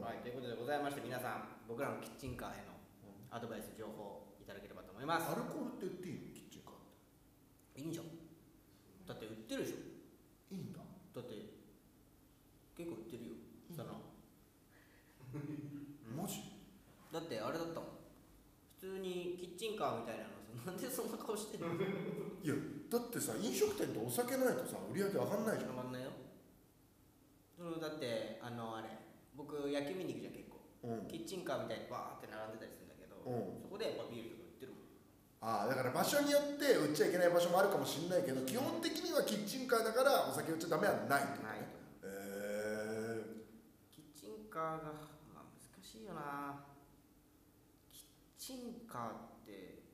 [SPEAKER 1] かもしれないですよは
[SPEAKER 2] うん
[SPEAKER 1] いということでございまして皆さん僕らのキッチンカーへのアドバイス情報いただければと思いま
[SPEAKER 2] ア
[SPEAKER 1] す
[SPEAKER 2] ルコールって言っていいのキッチンカーっ
[SPEAKER 1] いいんじゃんだって売ってるでしょ
[SPEAKER 2] ていいんだ
[SPEAKER 1] だって結構売ってるよ
[SPEAKER 2] いい
[SPEAKER 1] そ
[SPEAKER 2] の
[SPEAKER 1] の
[SPEAKER 2] マジ
[SPEAKER 1] だってあれだったもん普通にキッチンカーみたいなのなんでそんな顔してんの
[SPEAKER 2] いやだってさ飲食店ってお酒ないとさ売り上げ上がんないじ
[SPEAKER 1] 止
[SPEAKER 2] ゃん
[SPEAKER 1] まんないよそのだってあのあれ僕野球見に行くじゃん結構
[SPEAKER 2] うん
[SPEAKER 1] キッチンカーみたいにバーって並んでたりするんだけど、
[SPEAKER 2] う
[SPEAKER 1] そこでやっぱビールとか売ってるもん
[SPEAKER 2] ああだから場所によって売っちゃいけない場所もあるかもしれないけど基本的にはキッチンカーだからお酒売っちゃダメはないと
[SPEAKER 1] ないと
[SPEAKER 2] へえ
[SPEAKER 1] キッチンカーがまあ難しいよなキッチンカーって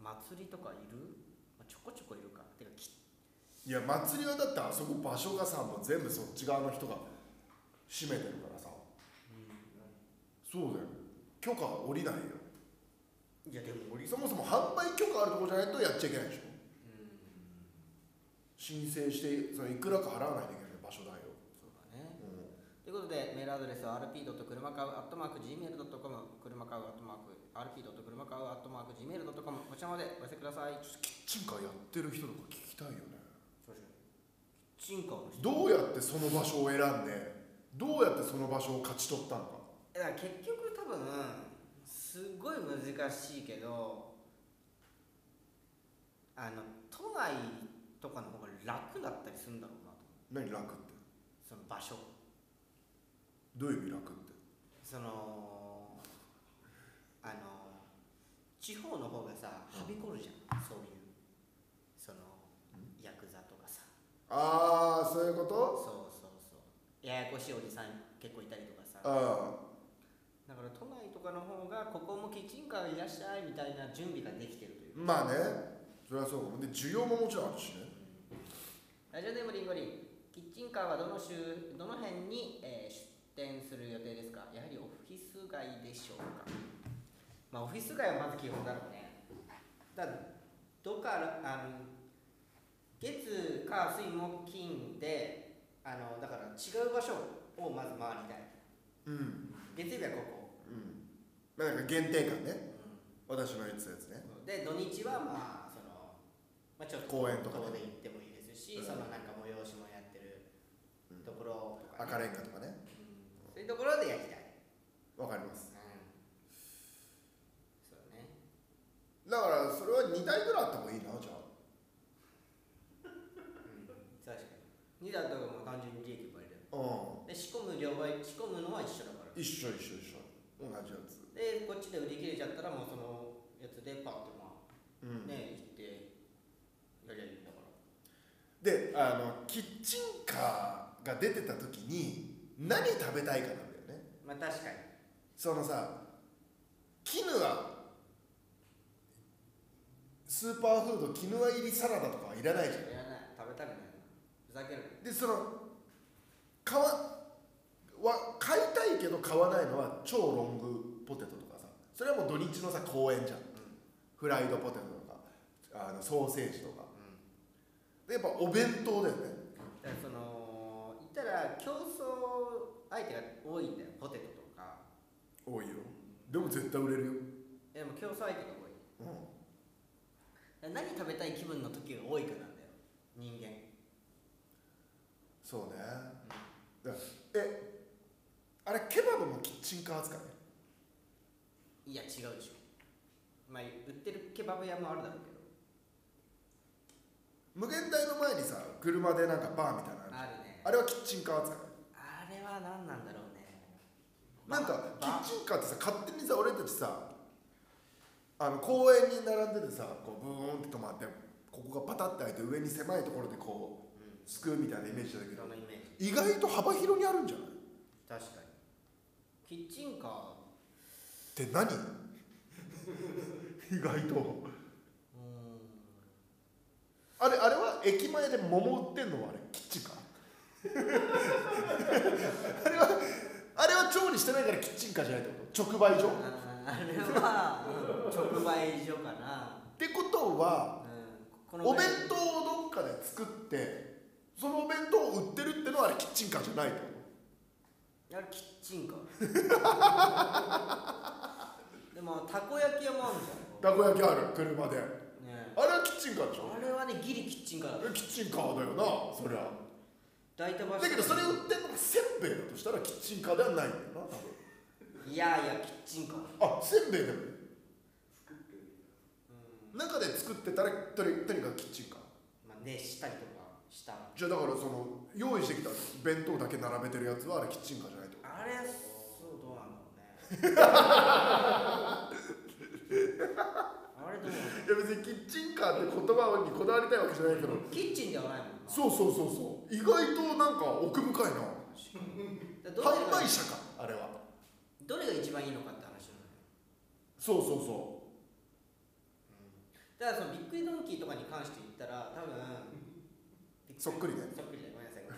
[SPEAKER 1] 祭りとかいる、まあ、ちょこちょこいるかてかキッ
[SPEAKER 2] いや祭りはだってあそこ場所がさもう全部そっち側の人が占めてるからさそうだよ許可下りないよ
[SPEAKER 1] いやでも俺
[SPEAKER 2] そもそも販売許可あるとこじゃないとやっちゃいけないでしょ
[SPEAKER 1] うん
[SPEAKER 2] 申請してそのいくらか払わないといけない場所だよ、
[SPEAKER 1] そうだね
[SPEAKER 2] う
[SPEAKER 1] ということで、メールアドレスは rp. 車買う .gmail.com 車買う .rp. 車買う .gmail.com こちらまでお寄せください。
[SPEAKER 2] ん、キッチンカーやってる人とか聞きたいよね
[SPEAKER 1] キッチンカーの人
[SPEAKER 2] どうやってその場所を選んでどうやってその場所を勝ち取ったのか
[SPEAKER 1] だから結局多分、すごい難しいけど、あの、都内とかの方が楽だったりするんだろうなと。
[SPEAKER 2] 何楽って
[SPEAKER 1] その場所。
[SPEAKER 2] どういう意味楽って
[SPEAKER 1] その、あの、地方の方がさ、はびこるじゃん、そういう。その、ヤクザとかさ。
[SPEAKER 2] ああそういうこ
[SPEAKER 1] そう
[SPEAKER 2] と
[SPEAKER 1] そうそうややこしいおじさん結構いたりとかさだか
[SPEAKER 2] あ
[SPEAKER 1] ら都内とかの方がここもキッチンカーいらっしゃいみたいな準備ができてるという
[SPEAKER 2] あまあねそれはそうかもで需要ももちろんあるしね
[SPEAKER 1] ラジオネームリンゴリンキッチンカーはどの州どの辺に、えー出店する予定ですかやはりオフィス街でしょうかまあオフィス街はまず基本だろうねだからどっからあの月火水木金であのだから違う場所をまず回りたい
[SPEAKER 2] うんうん
[SPEAKER 1] 月曜日はここ
[SPEAKER 2] まあなんか限定感ね
[SPEAKER 1] うん
[SPEAKER 2] 私の言ってたやつね
[SPEAKER 1] で土日はまあその、まあ、ちょっと
[SPEAKER 2] 公園とかね
[SPEAKER 1] 遠出行ってもいいですし、
[SPEAKER 2] うん
[SPEAKER 1] そのなんか催しもやってる
[SPEAKER 2] うん
[SPEAKER 1] ところとか、
[SPEAKER 2] 赤レンガとかね
[SPEAKER 1] うんそういうところでやりたい、
[SPEAKER 2] わかります
[SPEAKER 1] そうね
[SPEAKER 2] だからそれは2台ぐらいあった方がいいなじゃあ
[SPEAKER 1] うん確かに2だともう単純に利益ばれる
[SPEAKER 2] う
[SPEAKER 1] で仕込む両倍仕込むのは一緒だから
[SPEAKER 2] ん一緒一緒一緒同じやつ
[SPEAKER 1] でこっちで売り切れちゃったらもうそのやつでパッとま
[SPEAKER 2] う
[SPEAKER 1] あ
[SPEAKER 2] ん
[SPEAKER 1] ね行ってやりゃいいんだから
[SPEAKER 2] であのキッチンカーが出てた時に何食べたいかなんだよね
[SPEAKER 1] まあ確かに
[SPEAKER 2] そのさキヌアスーパーフードキヌア入りサラダとかはいらないじゃん
[SPEAKER 1] やらない食べたくないなふざけるな
[SPEAKER 2] でその皮は買いたいけど買わないのは超ロングポテトとかさそれはもう土日のさ公園じゃん、フライドポテトとかあのソーセージとか、でやっぱお弁当だよね、
[SPEAKER 1] だからその言ったら競争相手が多いんだよポテトとか
[SPEAKER 2] 多いよでも絶対売れるよ、
[SPEAKER 1] でも競争相手が多い
[SPEAKER 2] うん、
[SPEAKER 1] だから何食べたい気分の時が多いかなんだよ人間
[SPEAKER 2] そうねだえあれケバブもキッチンカー扱い
[SPEAKER 1] いや違うでしょまあ売ってるケバブ屋もあるだろうけど
[SPEAKER 2] 無限大の前にさ車でなんかバーみたいなのあるじ
[SPEAKER 1] あるね
[SPEAKER 2] ゃんあれはキッチンカー扱い
[SPEAKER 1] あれは何なんだろうね
[SPEAKER 2] なんかキ
[SPEAKER 1] バ
[SPEAKER 2] ッチンカーってさ勝手にさ俺たちさあの公園に並んでてさこうブーンって止まってここがパタッて開いて上に狭いところでこ
[SPEAKER 1] うん
[SPEAKER 2] うすくうみたいなイメージだけど
[SPEAKER 1] そのイメージ
[SPEAKER 2] 意外と幅広にあるんじゃないっ
[SPEAKER 1] 確かにキッチンカー
[SPEAKER 2] て何意外
[SPEAKER 1] う
[SPEAKER 2] と
[SPEAKER 1] ーん
[SPEAKER 2] あれあれは駅前で桃売ってんのはあれキッチンカーあれはあれは調理してないからキッチンカーじゃないってこと直売所っ
[SPEAKER 1] あーあれはうん直売所かな、
[SPEAKER 2] てことは
[SPEAKER 1] うん、こ
[SPEAKER 2] お弁
[SPEAKER 1] 前
[SPEAKER 2] 当をどっかで作ってそのお弁当を売ってるってのはあれキッチンカーじゃないと
[SPEAKER 1] あれキッチンカーでもたこ焼き屋もあるじ
[SPEAKER 2] たこ焼きある車で
[SPEAKER 1] ゃん、ねえ、
[SPEAKER 2] あれはキッチンカーでしょ
[SPEAKER 1] あれはねギリキッチンカーだった
[SPEAKER 2] えキッチンカーだよなそりゃ
[SPEAKER 1] 大体場所
[SPEAKER 2] だけどそれ売ってるのがせんべいだとしたらキッチンカーではないんだよな多
[SPEAKER 1] いやいやキッチンカー
[SPEAKER 2] 分あせんべいでも
[SPEAKER 3] 作ってる
[SPEAKER 1] うん
[SPEAKER 2] 中で作ってたらとにとにかくキッチンカー
[SPEAKER 1] まあ熱したりとかした
[SPEAKER 2] じゃあだからその用意してきた弁当だけ並べてるやつはあれキッチンカーじゃないと
[SPEAKER 1] あれそうどうなんだろうねあれどうなんだろ
[SPEAKER 2] いや別にキッチンカーって言葉にこだわりたいわけじゃないけど
[SPEAKER 1] うキッチンではないもんな
[SPEAKER 2] そうそうそうそう意外となんか奥深いな
[SPEAKER 1] だからどれ
[SPEAKER 2] 販
[SPEAKER 1] が
[SPEAKER 2] 売者かあれは
[SPEAKER 1] どれが一番いいのかって話なのよ
[SPEAKER 2] そうそうそ
[SPEAKER 1] だからそのビッグイドンキーとかに関して言ったら多分
[SPEAKER 2] そっくりね
[SPEAKER 1] そっくりだよごめんなさいご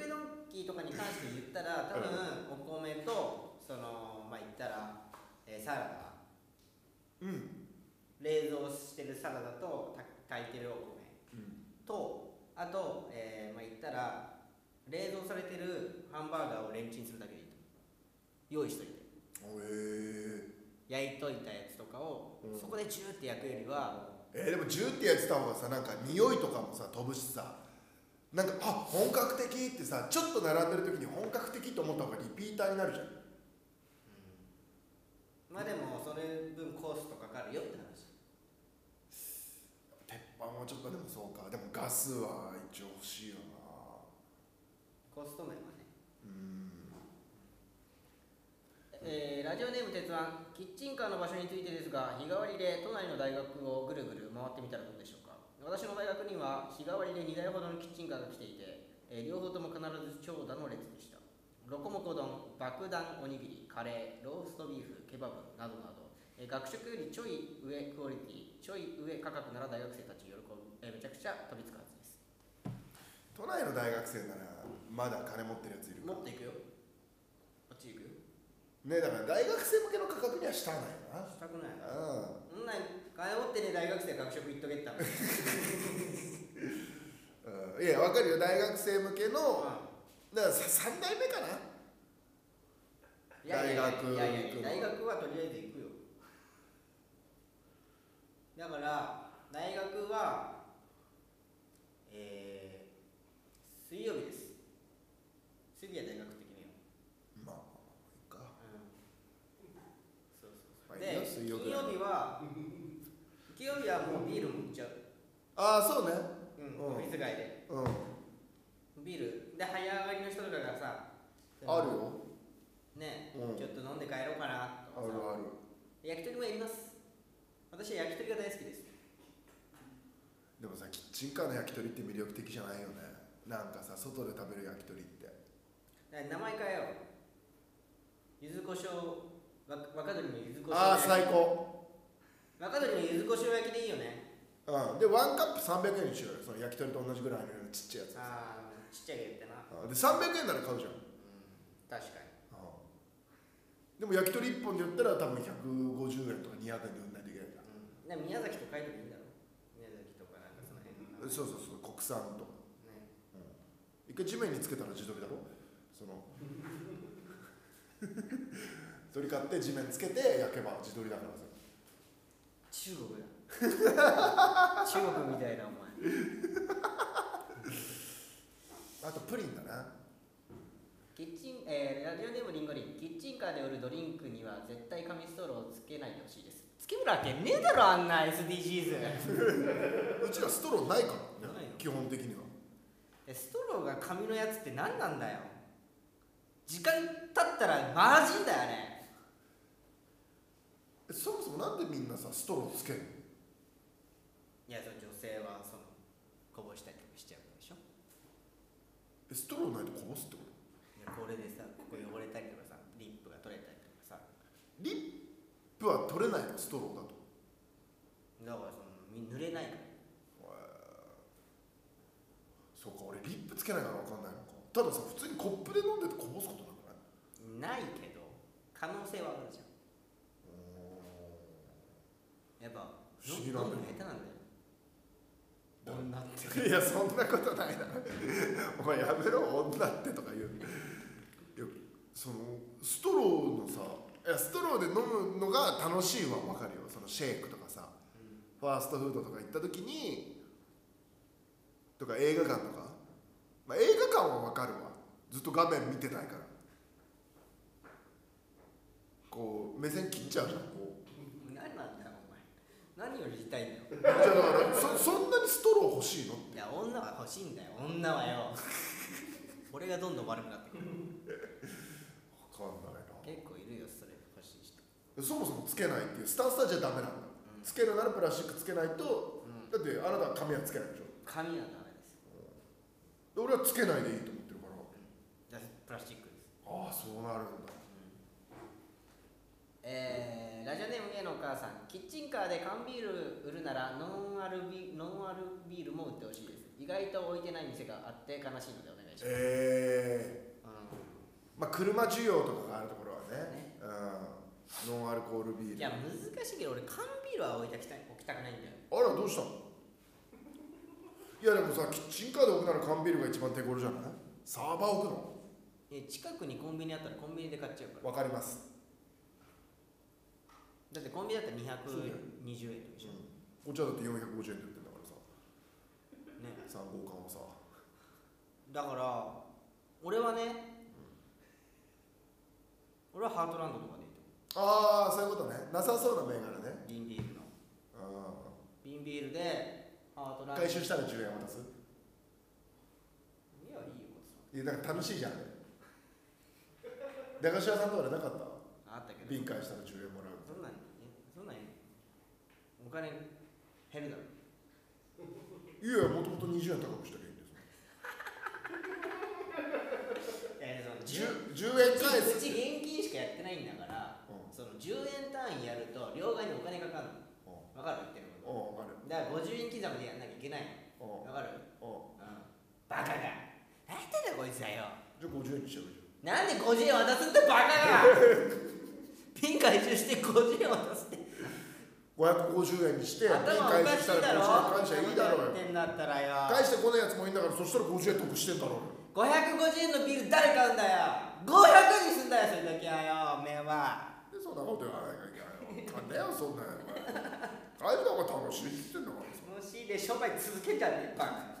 [SPEAKER 1] めんなさいビッグイドンキーとかに関して言ったら多分お米とそのまあ言ったら、えーサラダ
[SPEAKER 2] ううん、
[SPEAKER 1] 冷蔵してるサラダとた炊いてるお米
[SPEAKER 2] うん、
[SPEAKER 1] とあと、えーまあ、言ったら冷蔵されてるハンバーガーをレンチンするだけでいいと用意しといて
[SPEAKER 2] え
[SPEAKER 1] 焼いといたやつとかを、
[SPEAKER 2] うん
[SPEAKER 1] そこでジューって焼くよりは
[SPEAKER 2] ー、えーでも10ってやってた方がさなんか匂いとかもさ飛ぶしさなんかあ本格的ってさちょっと並んでる時に本格的と思った方がリピーターになるじゃん
[SPEAKER 1] まあでもそれ分コースとかかかるよって話
[SPEAKER 2] 鉄板はちょっとでもそうかでもガスは一応欲しいよ
[SPEAKER 1] コースト面はね、
[SPEAKER 2] なうん
[SPEAKER 1] えーラジオネーム鉄腕キッチンカーの場所についてですが日替わりで都内の大学をぐるぐる回ってみたらどうでしょうか私の大学には日替わりで2台ほどのキッチンカーが来ていて、えー両方とも必ず長蛇の列でしたロコモコ丼爆弾おにぎりカレーローストビーフケバブなどなど、えー学食よりちょい上クオリティちょい上価格なら大学生たち喜ぶ、えーめちゃくちゃ飛びつくはずです
[SPEAKER 2] 都内の大学生ならまだ金持ってるやついるか
[SPEAKER 1] 持っていくよこっち行く
[SPEAKER 2] ねだから大学生向けの価格にはしたないよ
[SPEAKER 1] したくない
[SPEAKER 2] な
[SPEAKER 1] そん
[SPEAKER 2] うん
[SPEAKER 1] なん金持ってねえ大学生学食行っとけったの *laughs* うん
[SPEAKER 2] うんいやわかるよ大学生向けのだからさ3代目かな
[SPEAKER 1] やい
[SPEAKER 2] い
[SPEAKER 1] やい
[SPEAKER 2] 大学
[SPEAKER 1] やいやい
[SPEAKER 2] 行くの
[SPEAKER 1] や大学はとりあえず行くよだから大学はえー、水曜日です水曜日は大学的には
[SPEAKER 2] まあいいか
[SPEAKER 1] そうそうそ
[SPEAKER 2] ま
[SPEAKER 1] う
[SPEAKER 2] あ
[SPEAKER 1] で
[SPEAKER 2] いいよ水曜日
[SPEAKER 1] 金曜日は金曜日はもうビールもいっちゃう
[SPEAKER 2] ああそうね
[SPEAKER 1] うん
[SPEAKER 2] うん
[SPEAKER 1] オフィス街で
[SPEAKER 2] うん
[SPEAKER 1] ビールで早上がりの人とかがさ
[SPEAKER 2] あるよ
[SPEAKER 1] ね、
[SPEAKER 2] うん
[SPEAKER 1] ちょっと飲んで帰ろうかな
[SPEAKER 2] あ
[SPEAKER 1] とか
[SPEAKER 2] る
[SPEAKER 1] さ
[SPEAKER 2] ある
[SPEAKER 1] 焼き鳥もやります私は焼き鳥が大好きです
[SPEAKER 2] でもさキッチンカーの焼き鳥って魅力的じゃないよねなんかさ外で食べる焼き鳥って
[SPEAKER 1] だから名前変えよう柚子胡椒わ若鶏の柚子胡椒
[SPEAKER 2] ああ
[SPEAKER 1] 焼き
[SPEAKER 2] 最高
[SPEAKER 1] 若鶏の柚子胡椒焼きでいいよね
[SPEAKER 2] うんでワンカップ300円にしようよその焼き鳥と同じぐらいのようなちっちゃいやつ
[SPEAKER 1] ああちっちゃいけど言ってな
[SPEAKER 2] あで300円なら買うじゃん
[SPEAKER 1] うん
[SPEAKER 4] 確か
[SPEAKER 2] うんでも焼き鳥1本で言ったら多分150円とか200円で売んないといけないか
[SPEAKER 4] に、う
[SPEAKER 1] な宮崎と書いてもいいんだろ
[SPEAKER 4] ん、宮崎とかなんかその辺の名
[SPEAKER 2] ら
[SPEAKER 4] 前
[SPEAKER 2] そうそうそう国産とか
[SPEAKER 4] ね
[SPEAKER 2] 一回地面につけたら地鶏だろそ *laughs* の鶏買って地面つけて焼けば地鶏だからさ
[SPEAKER 1] 中国だ *laughs* 中国みたいなお前
[SPEAKER 2] あとプリンだな
[SPEAKER 1] キッチン、えーラジオネームリンゴリンキッチンカーで売るドリンクには絶対紙ストローをつけないでほしいですつけるわけねえだろあんな SDGs
[SPEAKER 2] うちらストローないから
[SPEAKER 1] ない
[SPEAKER 2] ね
[SPEAKER 1] の
[SPEAKER 2] 基本的には
[SPEAKER 1] えストローが紙のやつって何なんだよ時間経ったらマジだよね
[SPEAKER 2] えそもそもなんでみんなさストローつけるの
[SPEAKER 1] いやその女性はそのこぼしたりとかしちゃうでしょ
[SPEAKER 2] えストローないとこぼすってこと
[SPEAKER 1] いやこれでさここ汚れたりとかさリップが取れたりとかさ
[SPEAKER 2] リップは取れないのストローだと
[SPEAKER 1] だからそのみ濡れないから
[SPEAKER 2] そうか俺リップつけないから分かんないのかたださ普通にコップで飲んでてこぼすことなくない
[SPEAKER 1] ないけど可能性はあるじゃんやっぱ
[SPEAKER 2] 不思議なんだよ
[SPEAKER 1] 飲むの下手なんだよ女って
[SPEAKER 2] いやそんなことないなお前やめろ女ってとか言ういやそのストローのさいやストローで飲むのが楽しいは分かるよそのシェイクとかさファーストフードとか行った時にとか映画館とか、まあ、映画館は分かるわずっと画面見てないからこう目線切っちゃうじゃんこう
[SPEAKER 1] 何なんだよお前何より痛いんだよ
[SPEAKER 2] じゃあだからそそんなにストロー欲しいの
[SPEAKER 1] いや女は欲しいんだよ女はよ俺がどんどん悪くなってくる
[SPEAKER 2] 分かんないな
[SPEAKER 1] 結構いるよそれ欲しい人
[SPEAKER 2] そもそもつけないっていうスタンスはじゃダメなんだ、つけるならプラスチックつけないと、だってあなたは髪はつけないでしょ
[SPEAKER 1] 髪はダメです
[SPEAKER 2] で俺はつけないでいいと思ってるから
[SPEAKER 1] だってプラスチックです
[SPEAKER 2] ああそうなるんだ
[SPEAKER 1] えーラジオネーム A のお母さんキッチンカーで缶ビール売るならノンアルビノンアルビールも売ってほしいです意外と置いてない店があって悲しいのでお願いします、
[SPEAKER 2] ええまあ車需要とかがあるところは
[SPEAKER 1] ね
[SPEAKER 2] ねうんノンアルコール
[SPEAKER 1] うん、い
[SPEAKER 2] ビール
[SPEAKER 1] や
[SPEAKER 2] あ
[SPEAKER 1] 難しいけど俺缶ビールは置いてきた置きたくないんだよ
[SPEAKER 2] らどうしたのいやでもさキッチンカーで置くなら缶ビールが一番手頃じゃないサーバー置くの
[SPEAKER 1] え近くにコンビニあったらコンビニで買っちゃうから
[SPEAKER 2] わかります、
[SPEAKER 1] だってコンビニだったら
[SPEAKER 2] そうだよ
[SPEAKER 1] 220円とかじゃん、
[SPEAKER 2] う
[SPEAKER 1] ね
[SPEAKER 2] ん、こっちはだって450円で売ってんだからさ3号缶をさ
[SPEAKER 1] だから俺はね、俺はハートランドとかでいいと
[SPEAKER 2] ああそういうことねなさそうな銘柄ね
[SPEAKER 1] 思う瓶ビールの
[SPEAKER 2] う
[SPEAKER 1] 瓶ビールでハートラン
[SPEAKER 2] ん
[SPEAKER 1] ドい
[SPEAKER 2] 回収したら10円渡す
[SPEAKER 1] やいいよ
[SPEAKER 2] いやなんか楽しいじゃん駄菓子屋さんとかでなかった
[SPEAKER 1] あったけど
[SPEAKER 2] 瓶返したら10円もらう
[SPEAKER 1] そんなんえそんなんお金減るだろ
[SPEAKER 2] いやいやもともと20円高くしたらいいんです
[SPEAKER 1] えその
[SPEAKER 2] 10, 10円返
[SPEAKER 1] う
[SPEAKER 2] す
[SPEAKER 1] ち現金しかやってないんだから
[SPEAKER 2] うん
[SPEAKER 1] その10円単位やると両替にお金かかる
[SPEAKER 2] う
[SPEAKER 1] の分かる言ってるこ
[SPEAKER 2] んうんわかる
[SPEAKER 1] とだから50円刻みでやんなきゃいけない
[SPEAKER 2] う
[SPEAKER 1] の
[SPEAKER 2] んうん
[SPEAKER 1] 分かるうんバカが何やってんだこいつだよ
[SPEAKER 2] じゃあ50円にしちゃうじ
[SPEAKER 1] なんで50円渡すんだバ
[SPEAKER 2] *laughs*
[SPEAKER 1] カがピン回収して50円渡すって
[SPEAKER 2] ゃん550円にして瓶
[SPEAKER 1] 頭おか
[SPEAKER 2] 回収
[SPEAKER 1] し
[SPEAKER 2] し
[SPEAKER 1] い
[SPEAKER 2] た
[SPEAKER 1] だろ
[SPEAKER 2] ら50円返したらいいだ
[SPEAKER 1] や
[SPEAKER 2] ろ
[SPEAKER 1] っ
[SPEAKER 2] うよ
[SPEAKER 1] てんだったらよ
[SPEAKER 2] 返してこないやつもいいんだからそしたら50円得してんだろうよ
[SPEAKER 1] 550円のビール誰買うんだよ500にすんだよそれだけはよおめえは
[SPEAKER 2] でそんなこと言わないからいけないよなんだよそんなのお前返した方が楽しいって言ってんだから
[SPEAKER 1] もしで商売続けちゃねえバカ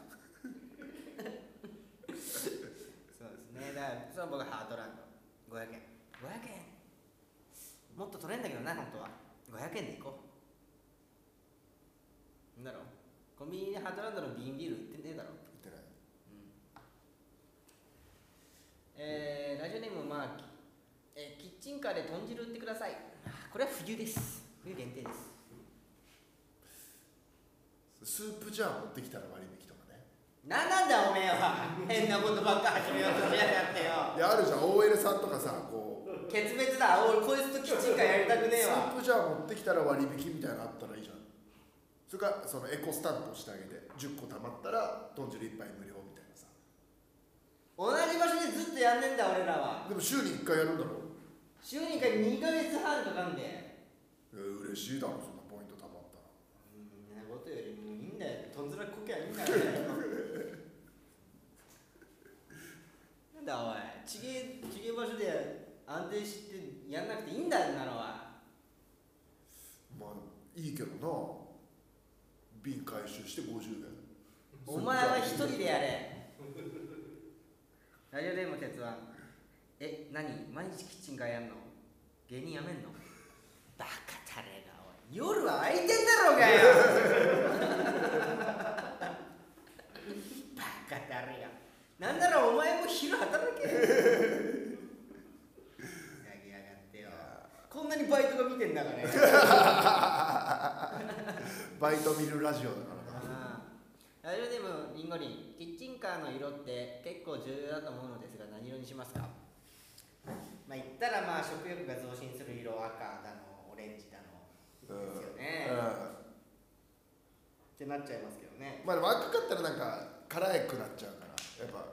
[SPEAKER 1] そうですねだからそれは僕ハートランド500円500円もっと取れんだけどな本当は500円で行こうなんだろコンビニでハートランドの瓶ビール売ってねえだろ
[SPEAKER 2] 言ってない
[SPEAKER 1] えーラジオネームマーキー、えーキッチンカーで豚汁売ってくださいあーこれは冬です冬限定です
[SPEAKER 2] スープジャー持ってきたら割引とかね
[SPEAKER 1] なんなんだおめえは変なことばっか始めようとしやがってよ
[SPEAKER 2] いやあるじゃん OL さんとかさこう
[SPEAKER 1] 決別だ俺こいつとキッチンカーやりたくね
[SPEAKER 2] ス
[SPEAKER 1] えわ
[SPEAKER 2] ープジャー持ってきたら割引みたいなのあったらいいじゃんそれからそのエコスタンプをしてあげて10個貯まったら豚汁1杯無料みたいなさ
[SPEAKER 1] 同じ場所でずっとやんねんだ俺らは
[SPEAKER 2] でも週に1回やるんだろ
[SPEAKER 1] 週に1回2ヶ月半かかんで
[SPEAKER 2] えー嬉しいだろそんなポイントたまったら
[SPEAKER 1] うんそんなことよりもういいんだよとんずらこけばいいんだよなんだおいちげえちげえ場所で安定してやんなくていいんだよなのは
[SPEAKER 2] まあいいけどな瓶回収して50円
[SPEAKER 1] お前は一人でやれラジオネーム鉄腕え何毎日キッチンカーやんの芸人やめんのバカたれがおい夜は空いてんだろうがよバカたれがなんならお前も昼働 *laughs* けよ投げやがってよこんなにバイトが見てんだからよ
[SPEAKER 2] バイト見るラジオだからな
[SPEAKER 1] あーラジオネームリンゴリンキッチンカーの色って結構重要だと思うのですが何色にしますかまあ言ったらまあ食欲が増進する色赤だのオレンジだの
[SPEAKER 2] う
[SPEAKER 1] で
[SPEAKER 2] ん
[SPEAKER 1] すよね、っ
[SPEAKER 2] う
[SPEAKER 1] てなっちゃいますけどね
[SPEAKER 2] んまあでも赤かったらなんか辛くなっちゃうからやっぱ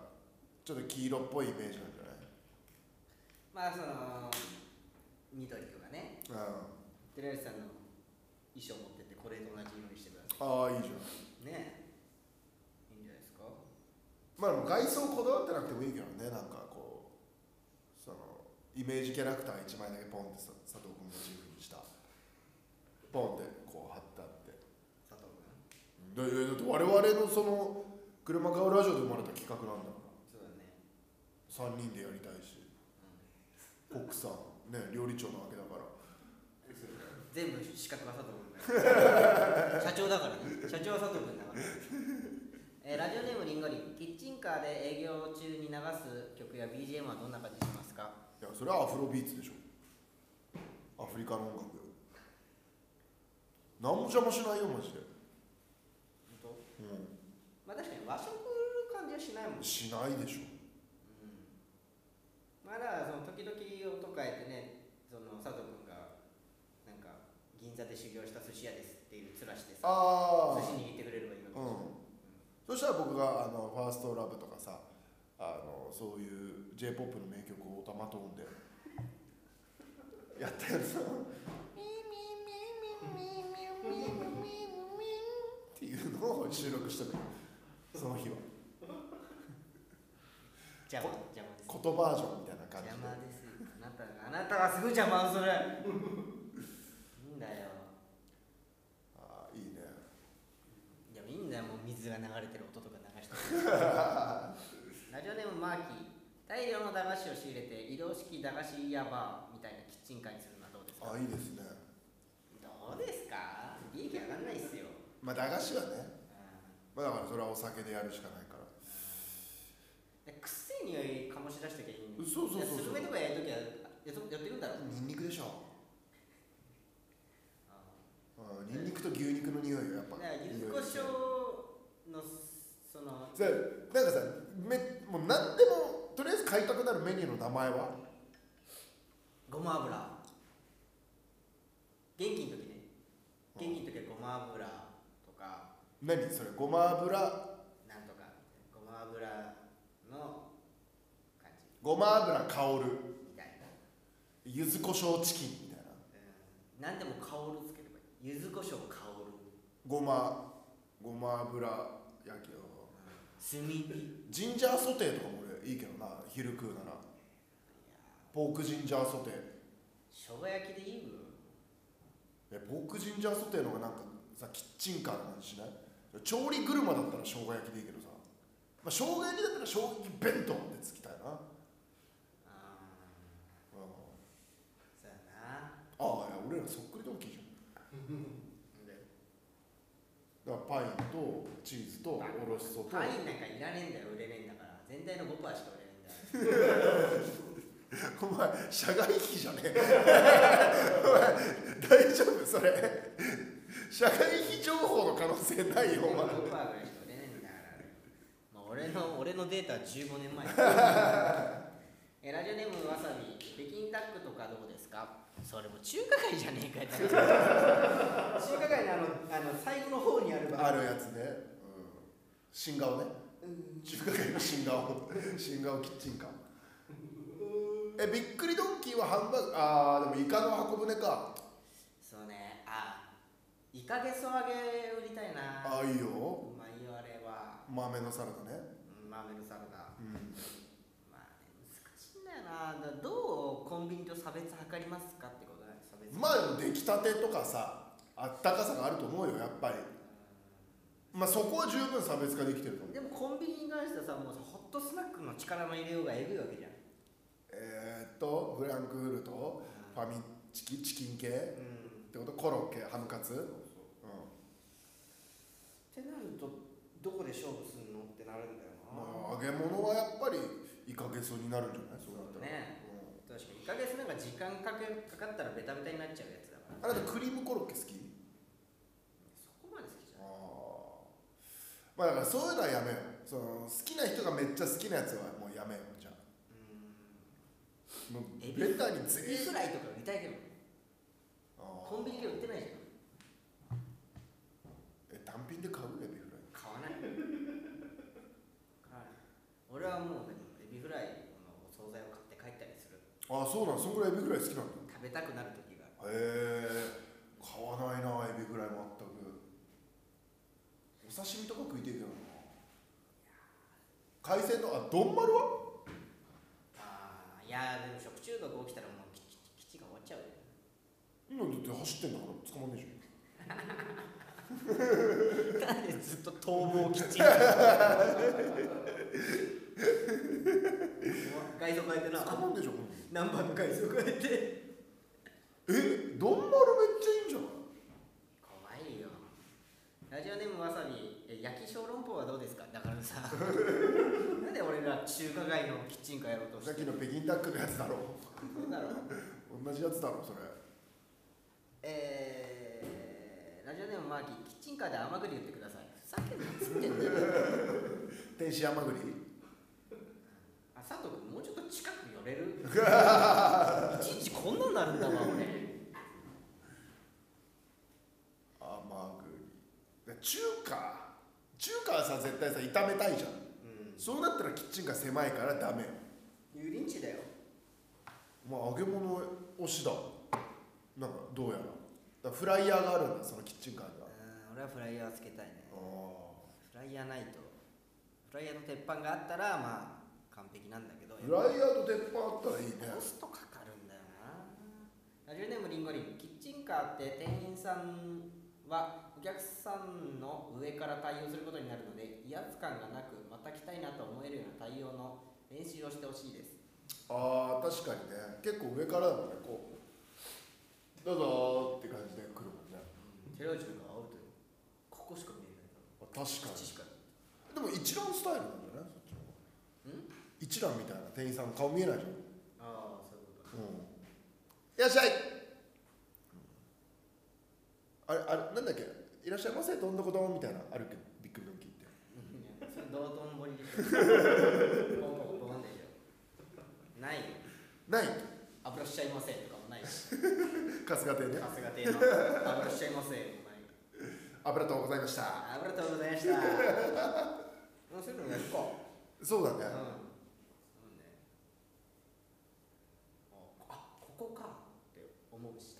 [SPEAKER 2] ちょっと黄色っぽいイメージなんじ
[SPEAKER 1] まあその緑とかね
[SPEAKER 2] ゃない、うん
[SPEAKER 1] 寺内さんの衣装持ってってこれと同じ色にしてくださ
[SPEAKER 2] ああいいじゃん
[SPEAKER 1] いねいいんじゃないですか
[SPEAKER 2] まあでも外装こだわってなくてもいいけどねなんかこうそのイメージキャラクター1枚だけポンってさ佐藤君モチーフにしたポンってこう貼ったって
[SPEAKER 1] 佐藤君
[SPEAKER 2] だいやだって我々のその車買うラジオで生まれた企画なんだか
[SPEAKER 1] そうだね
[SPEAKER 2] ら3人でやりたいし国産ね料理長なわけだから
[SPEAKER 1] 全部資格は佐藤君だよ社長だからね社長は佐藤君だから、えーラジオネームリンゴリンキッチンカーで営業中に流す曲や BGM はどんな感じしますか
[SPEAKER 2] いやそれはアフロビーツでしょアフリカの音楽よ何も邪魔しないよマジで、う
[SPEAKER 1] まあ確かに和食感じはしないもん、うん
[SPEAKER 2] ん、しないでしょ
[SPEAKER 1] まあだからその時々音変えてねその佐藤君がなんか銀座で修行した寿司屋ですっていう面してさ
[SPEAKER 2] あ
[SPEAKER 1] 寿
[SPEAKER 2] あ
[SPEAKER 1] 司握ってくれればいいのか
[SPEAKER 2] うん
[SPEAKER 1] も、
[SPEAKER 2] そしたら僕があの「ファーストラブとかさあのそういう j p o p の名曲をたまとんでやったやつをっていうのを収録してたその日は
[SPEAKER 1] 邪魔邪魔です
[SPEAKER 2] ことバージョンみたいな感じ
[SPEAKER 1] 邪
[SPEAKER 2] で
[SPEAKER 1] 魔ですあなたがあなたがすごい邪魔をするいいんだよ
[SPEAKER 2] ああいいね
[SPEAKER 1] でもいいんだよもう水が流れてる音とか流してラジオネームマーキー大量の駄菓子を仕入れて移動式駄菓子屋バーみたいなキッチンカーにするのはどうですか
[SPEAKER 2] あいいですね
[SPEAKER 1] どうですか利益上がんないっすよ
[SPEAKER 2] まあ駄菓子はね、
[SPEAKER 1] うん
[SPEAKER 2] まあ、だからそれはお酒でやるしかないから
[SPEAKER 1] でくっせえ匂いかもし出しときゃいいんだよ
[SPEAKER 2] そうそうそうそう
[SPEAKER 1] いやスルメとかやるときはややっとやってくんだろ
[SPEAKER 2] ニンニクでしょ
[SPEAKER 1] あー
[SPEAKER 2] うんニンニクと牛肉の匂いがやっぱ
[SPEAKER 1] だからゆずこしょうのその
[SPEAKER 2] それなんかさめもう何でもとりあえず買いたくなるメニューの名前は
[SPEAKER 1] ごま油元気の時ね
[SPEAKER 2] うん
[SPEAKER 1] 元気の時はごま油とか
[SPEAKER 2] 何それごま油
[SPEAKER 1] なんとかごま油の感じ
[SPEAKER 2] ごま油香る
[SPEAKER 1] みたいな、
[SPEAKER 2] 柚子胡椒チキンみたいな
[SPEAKER 1] うん、何でも香るつければいい柚子胡椒香る
[SPEAKER 2] ごまごま油やけど
[SPEAKER 1] 炭火いや
[SPEAKER 2] ジンジャーソテーとかも俺いいけどな昼食うならポークジンジャーソテー
[SPEAKER 1] 生姜焼きでいいよ
[SPEAKER 2] えポークジンジャーソテーの方がなんかさキッチンカーの感じしない調理車だったら生姜焼きでいいけどさ、まあ、生姜焼きだったら生姜焼き弁当ってつきたいな、うん、あ
[SPEAKER 1] あーそうやな
[SPEAKER 2] あいや俺らそっくりドンキーじゃん
[SPEAKER 1] で
[SPEAKER 2] だからパインとチーズとおろしそと
[SPEAKER 1] パインなんかいらねえんだよ売れねえんだから全体の5%しか売れねえんだよ
[SPEAKER 2] お前社外機じゃねえお前大丈夫それ社外機情報の可能性ないよお前
[SPEAKER 1] 5%ぐらいしか売れねえんだからまあ俺の俺のデータは15年 *laughs* 前えラジオネームわさび北京ダックとかどうですかそれも中華街じゃねえかよ中華街のあのあの最後の方にある場合
[SPEAKER 2] あるやつね、うん、新顔ね中華街の新顔新顔キッチンカーえびっくりドンキーはハンバーグあーでもイカの箱舟か
[SPEAKER 1] そうねあイカゲソ揚げ売りたいな
[SPEAKER 2] ああいいよ
[SPEAKER 1] うまいよあれは
[SPEAKER 2] 豆のサラダね
[SPEAKER 1] うんマーベルサラダ
[SPEAKER 2] うん
[SPEAKER 1] まあね難しいんだよなだどうコンビニと差別測りますかってことだね差別
[SPEAKER 2] まあでも出来たてとかさあったかさがあると思うよやっぱりまあそこは十分差別化できてると思
[SPEAKER 1] でもコ
[SPEAKER 2] う
[SPEAKER 1] ンビニに関してはさもうさホットスナックの力の入れようがえぐいわけじゃん
[SPEAKER 2] えー、っとフランクフルトファミチキチキン系っ
[SPEAKER 1] うん
[SPEAKER 2] てことコロッケハムカツ、うん、
[SPEAKER 1] ってなるとどこで勝負するのってなるんだよな、
[SPEAKER 2] まあ揚げ物はやっぱりイカゲソになるんじゃないそうなったら
[SPEAKER 1] ね確かに1ヶ月なんか時間かけかかったらベタベタになっちゃうやつだから
[SPEAKER 2] うん、あなたクリームコロッケ好き
[SPEAKER 1] そこまで好きじゃ
[SPEAKER 2] あ
[SPEAKER 1] ない
[SPEAKER 2] ーまあだからそういうのはやめようその好きな人がめっちゃ好きなやつはもうやめようじゃあもう
[SPEAKER 1] エビ
[SPEAKER 2] ベタに
[SPEAKER 1] エビ
[SPEAKER 2] 全
[SPEAKER 1] フラ
[SPEAKER 2] 員
[SPEAKER 1] イとか売りたいけど
[SPEAKER 2] あー
[SPEAKER 1] コンビニで売ってないじゃん
[SPEAKER 2] え単品で買うエビフライ
[SPEAKER 1] 買わない買わない俺はもうでもエビフライのお惣菜を買って帰ったりする
[SPEAKER 2] あそうなんそんぐらいエビフライ好きなんだ
[SPEAKER 1] 食べたくなる時がある
[SPEAKER 2] へえ買わないなエビフライ全くお刺身とか食いてえけどな海鮮のあ丼丸は
[SPEAKER 1] あーいやーでも食中毒起きたらもう基地が終わっちゃうよ
[SPEAKER 2] 今だって走ってんだから捕まんねえじ
[SPEAKER 1] なんでずっと逃亡基地外装変えて
[SPEAKER 2] ゃん
[SPEAKER 1] な
[SPEAKER 2] 捕まんねえじゃんほんとに
[SPEAKER 1] 何番の外装変えて
[SPEAKER 2] え丼丸めっちゃいいんじゃん
[SPEAKER 1] 怖いよラジオネームわさびえ焼き小籠包はどうですかだからさ *laughs* なんで俺ら中華街のキッチンカーやろうとし
[SPEAKER 2] さってき
[SPEAKER 1] る
[SPEAKER 2] の北京ダックのやつだろ
[SPEAKER 1] だろう
[SPEAKER 2] 同じやつだろそれ
[SPEAKER 1] えー、ラジオネームマーキーキッチンカーで甘栗言ってくださいふざけんなっつってんだよ
[SPEAKER 2] 天使山栗
[SPEAKER 1] あ佐藤君もうちょっと近く寄れ *laughs* るいちいちこんなんなるんだわ俺
[SPEAKER 2] 甘栗中華中華はさ絶対さ炒めたいじゃん
[SPEAKER 1] うん
[SPEAKER 2] そうなったらキッチンが狭いからダメよ
[SPEAKER 1] 油淋鶏だよ
[SPEAKER 2] まあ揚げ物推しだなんかどうやらだからフライヤーがあるんだそのキッチンカーには
[SPEAKER 1] うん俺はフライヤーつけたいね
[SPEAKER 2] ああ
[SPEAKER 1] フライヤーないとフライヤーの鉄板があったらまあ完璧なんだけど
[SPEAKER 2] フライヤーと鉄板あったらいいね
[SPEAKER 1] コストかかるんだよなラジオネームリンゴリンキッチンカーって店員さんはお客さんの上から対応することになるので威圧感がなくまた来たいなと思えるような対応の練習をしてほしいです
[SPEAKER 2] ああ確かにね結構上からだもんねこうどうぞーって感じで来るもんね
[SPEAKER 1] 寺内君が青とここしか見えないから
[SPEAKER 2] あ確か
[SPEAKER 1] 口しか
[SPEAKER 2] にでも一覧スタイルなんだよねそっちの方が
[SPEAKER 1] ん
[SPEAKER 2] 一覧みたいな店員さんの顔見えないじゃんうん
[SPEAKER 1] ああそういうこと
[SPEAKER 2] いらっしゃいあれあれなんだっけいらっしゃいませどんどこどんみたいなあるけどびっくりドンキーって
[SPEAKER 1] いやそれ道頓堀でしょポンポンポンでしょないよ
[SPEAKER 2] ない
[SPEAKER 1] 油しちゃいませんとかもないし
[SPEAKER 2] 春日亭ね
[SPEAKER 1] 春日亭の油しちゃいませんもない
[SPEAKER 2] ありがとうございました
[SPEAKER 1] あ油とうございましたもうそういうのやるか
[SPEAKER 2] そうだね
[SPEAKER 1] うん、そうねあここかって思うし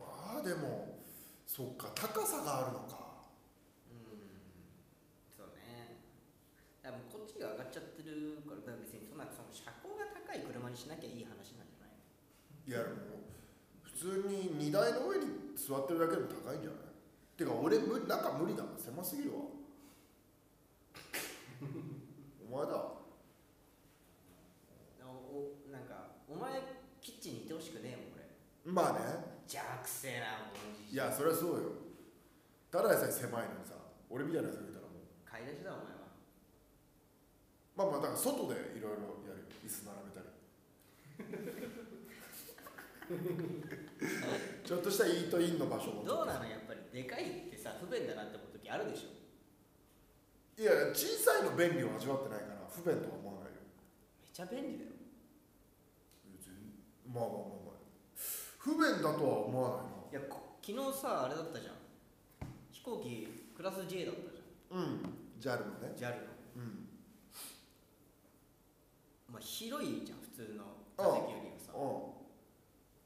[SPEAKER 2] まあでもそっか高さがあるのか
[SPEAKER 1] うんそうね多分こっちが上がっちゃってるからだから別にそんなその車高が高い車にしなきゃいい話なんじゃない
[SPEAKER 2] いやでも普通に荷台の上に座ってるだけでも高いんじゃないてか俺無理中無理だ狭すぎるわ *laughs* お前だ
[SPEAKER 1] なおおなんかお前キッチンにいてほしくねえもん俺
[SPEAKER 2] まあね
[SPEAKER 1] 邪悪くせえなこのじじ
[SPEAKER 2] いやそれはそうよただでさえ狭いのにさ俺みたいなやつがいたらもう
[SPEAKER 1] 買い出しだお前は
[SPEAKER 2] まあまあだから外でいろいろやるよ椅子並べたり
[SPEAKER 1] *laughs*
[SPEAKER 2] ちょっとしたイートインの場所も
[SPEAKER 1] どうなのやっぱりでかいってさ不便だなって思う時あるでしょ
[SPEAKER 2] いや小さいの便利を味わってないから不便とは思わないよ
[SPEAKER 1] めちゃ便利だよ
[SPEAKER 2] まあまあまあまあ不便だとは思わない
[SPEAKER 1] いやこ昨日さあれだったじゃん飛行機クラス J だったじ
[SPEAKER 2] なうん JAL のね
[SPEAKER 1] ゃん JAL の
[SPEAKER 2] うん
[SPEAKER 1] 広いじゃん普通の座席
[SPEAKER 2] うん
[SPEAKER 1] よりはさ
[SPEAKER 2] う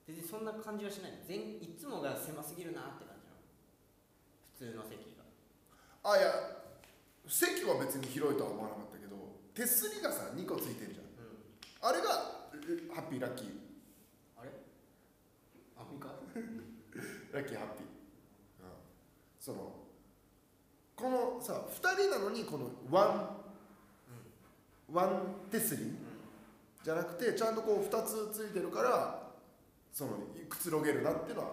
[SPEAKER 1] 全然そんな感じはしない全いつもが狭すぎるなって感じなの普通の席が
[SPEAKER 2] んあいや席は別に広いとは思わなかったけど手すりがさ2個ついてるじゃん
[SPEAKER 1] うん
[SPEAKER 2] あれがえハッピーラッキー
[SPEAKER 1] あれアフリカ
[SPEAKER 2] ラッキーハッピー、うん、そのこのさ2人なのにこのワン、ワン手すり、じゃなくてちゃんとこう2つついてるからそのくつろげるなっていうのは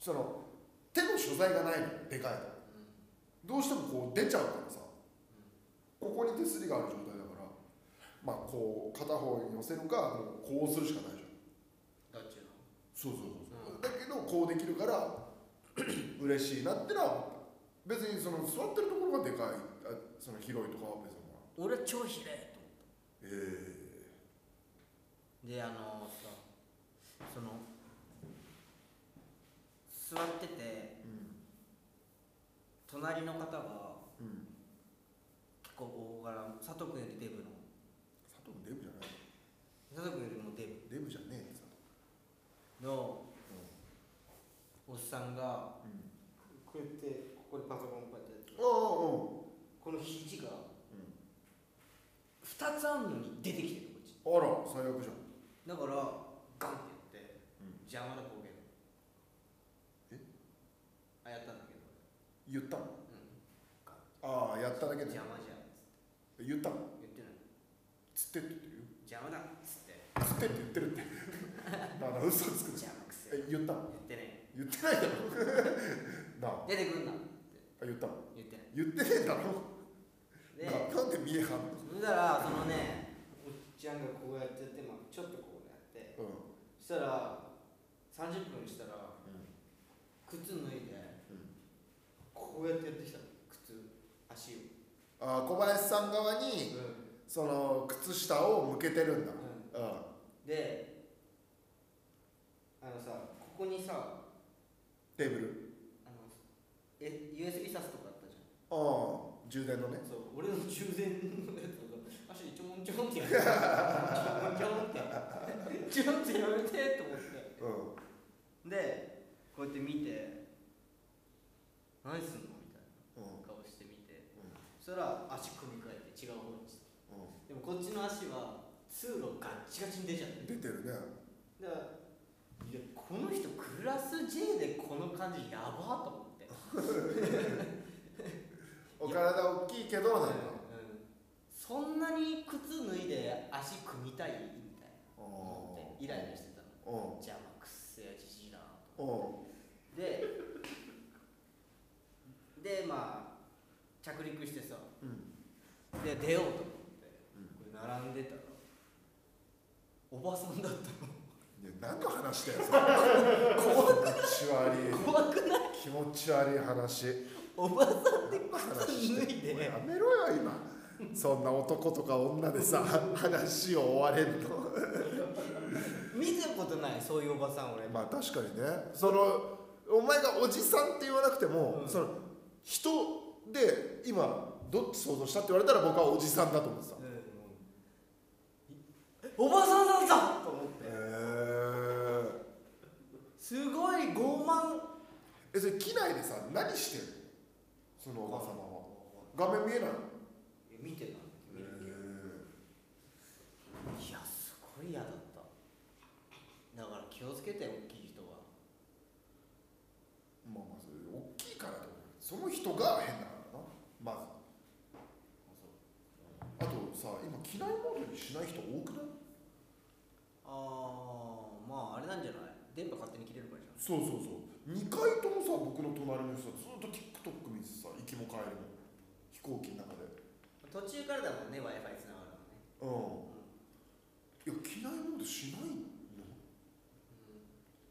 [SPEAKER 2] その手の所在がないのよでかいとどうしてもこう出ちゃうからさここに手すりがある状態だからまあこう片方に寄せるかもうこうするしかないじゃん
[SPEAKER 1] どっちの
[SPEAKER 2] そうそうそうそう、
[SPEAKER 1] う
[SPEAKER 2] だけどこうできるから *clears throat* 嬉しいなってのは思った別にその座ってるところがでかいあその広いとかは別に思わ
[SPEAKER 1] 俺は
[SPEAKER 2] ない
[SPEAKER 1] 超広いと思って
[SPEAKER 2] え
[SPEAKER 1] であのさその座ってて
[SPEAKER 2] えうん
[SPEAKER 1] 隣の方が
[SPEAKER 2] うん
[SPEAKER 1] 結構大柄佐藤君よりデブの
[SPEAKER 2] 佐藤デブじゃない
[SPEAKER 1] 佐藤君よりもデ
[SPEAKER 2] デブじゃねえ佐
[SPEAKER 1] ブのおっさんが
[SPEAKER 2] 藤うん
[SPEAKER 1] こうやってここにパソコンパッてやって
[SPEAKER 2] ああうん
[SPEAKER 1] この肘が
[SPEAKER 2] うん
[SPEAKER 1] 2つあんのに出てきてるこっち
[SPEAKER 2] あら最悪じゃ
[SPEAKER 1] だ
[SPEAKER 2] ん
[SPEAKER 1] からガンってやって
[SPEAKER 2] うん
[SPEAKER 1] 邪魔だ光景
[SPEAKER 2] え
[SPEAKER 1] あやったんだけど
[SPEAKER 2] 言ったの
[SPEAKER 1] うん
[SPEAKER 2] ああやっただけで
[SPEAKER 1] 邪魔じゃん
[SPEAKER 2] 言ったの
[SPEAKER 1] 言ってない
[SPEAKER 2] つってって言ってるよ
[SPEAKER 1] 邪魔だっつって
[SPEAKER 2] つってって言ってるって *laughs* だから嘘つく
[SPEAKER 1] 邪魔くせえ
[SPEAKER 2] え言ったの
[SPEAKER 1] 言ってね
[SPEAKER 2] 言ってないだろ *laughs* なあ
[SPEAKER 1] 出てくんな
[SPEAKER 2] あ言ったの
[SPEAKER 1] 言ってない
[SPEAKER 2] 言ってねえだろ
[SPEAKER 1] で
[SPEAKER 2] ななんで見えはんの
[SPEAKER 1] それならそのねおっちゃんがこうやってやって、まあ、ちょっとこうやって
[SPEAKER 2] うん
[SPEAKER 1] そしたら30分したら靴脱いで、
[SPEAKER 2] ん
[SPEAKER 1] こうやってやってきたの靴足を、
[SPEAKER 2] あー小林さん側にその靴下を向けてるんだ
[SPEAKER 1] う
[SPEAKER 2] うん
[SPEAKER 1] んであのさここにさ
[SPEAKER 2] テーブル
[SPEAKER 1] あのえ USB 挿すとかあったじゃん
[SPEAKER 2] うん充電のね
[SPEAKER 1] そう俺の中禅のやつが足にちょんちょんってやって *laughs* ちょんちょんって *laughs* ちょんってやめてと思って
[SPEAKER 2] うん
[SPEAKER 1] でこうやって見て何すんのみたい
[SPEAKER 2] うん
[SPEAKER 1] な顔してみて
[SPEAKER 2] うん
[SPEAKER 1] そしたら足組み替えて違う方にしてでもこっちの足は通路ガッチガチに出ちゃって
[SPEAKER 2] うん
[SPEAKER 1] る
[SPEAKER 2] 出てるね
[SPEAKER 1] だからいやこの人クラス J でこの感じやばと思って
[SPEAKER 2] お体大きいけどなん
[SPEAKER 1] う
[SPEAKER 2] だ
[SPEAKER 1] んそんなに靴脱いで足組みたいみたいな
[SPEAKER 2] う
[SPEAKER 1] 思
[SPEAKER 2] ん
[SPEAKER 1] ってイライラしてたの
[SPEAKER 2] うん
[SPEAKER 1] 邪魔くっせえじじいなと
[SPEAKER 2] うん
[SPEAKER 1] ででまあ着陸してさ
[SPEAKER 2] うん
[SPEAKER 1] で出ようと思って
[SPEAKER 2] うん
[SPEAKER 1] これ並んでたらおばさんだった
[SPEAKER 2] いや何の話だよそれ怖く気持ち悪い
[SPEAKER 1] の怖くない
[SPEAKER 2] 気持ち悪い話
[SPEAKER 1] おばさん
[SPEAKER 2] 話
[SPEAKER 1] 脱いで
[SPEAKER 2] もうやめろよ今そんな男とか女でさ話を終われるの
[SPEAKER 1] 見たことないそういうおばさん俺
[SPEAKER 2] まあ確かにねそのお前がおじさんって言わなくても、
[SPEAKER 1] うん
[SPEAKER 2] その人で今どっち想像したって言われたら僕はおじさんだと思ってたへ
[SPEAKER 1] うんおばさんだったと思っ
[SPEAKER 2] え
[SPEAKER 1] てすごい傲慢
[SPEAKER 2] えそれ機内でさ何してるそのおばさまは画面見えないの
[SPEAKER 1] え見てたんだけどいやすごい嫌だっただから気をつけて大きい人は
[SPEAKER 2] まあまあそれ大きいからとその人が変だからなまずあとさ今機内モードにしない人多くない
[SPEAKER 1] ああまああれなんじゃない電波勝手に切れるからじゃん
[SPEAKER 2] そうそうそう2回ともさ僕の隣の人ずっと TikTok 見てさ行きも帰りも飛行機の中で
[SPEAKER 1] 途中からだもんね w i f i つながるのね、
[SPEAKER 2] うんいや機内モードしないの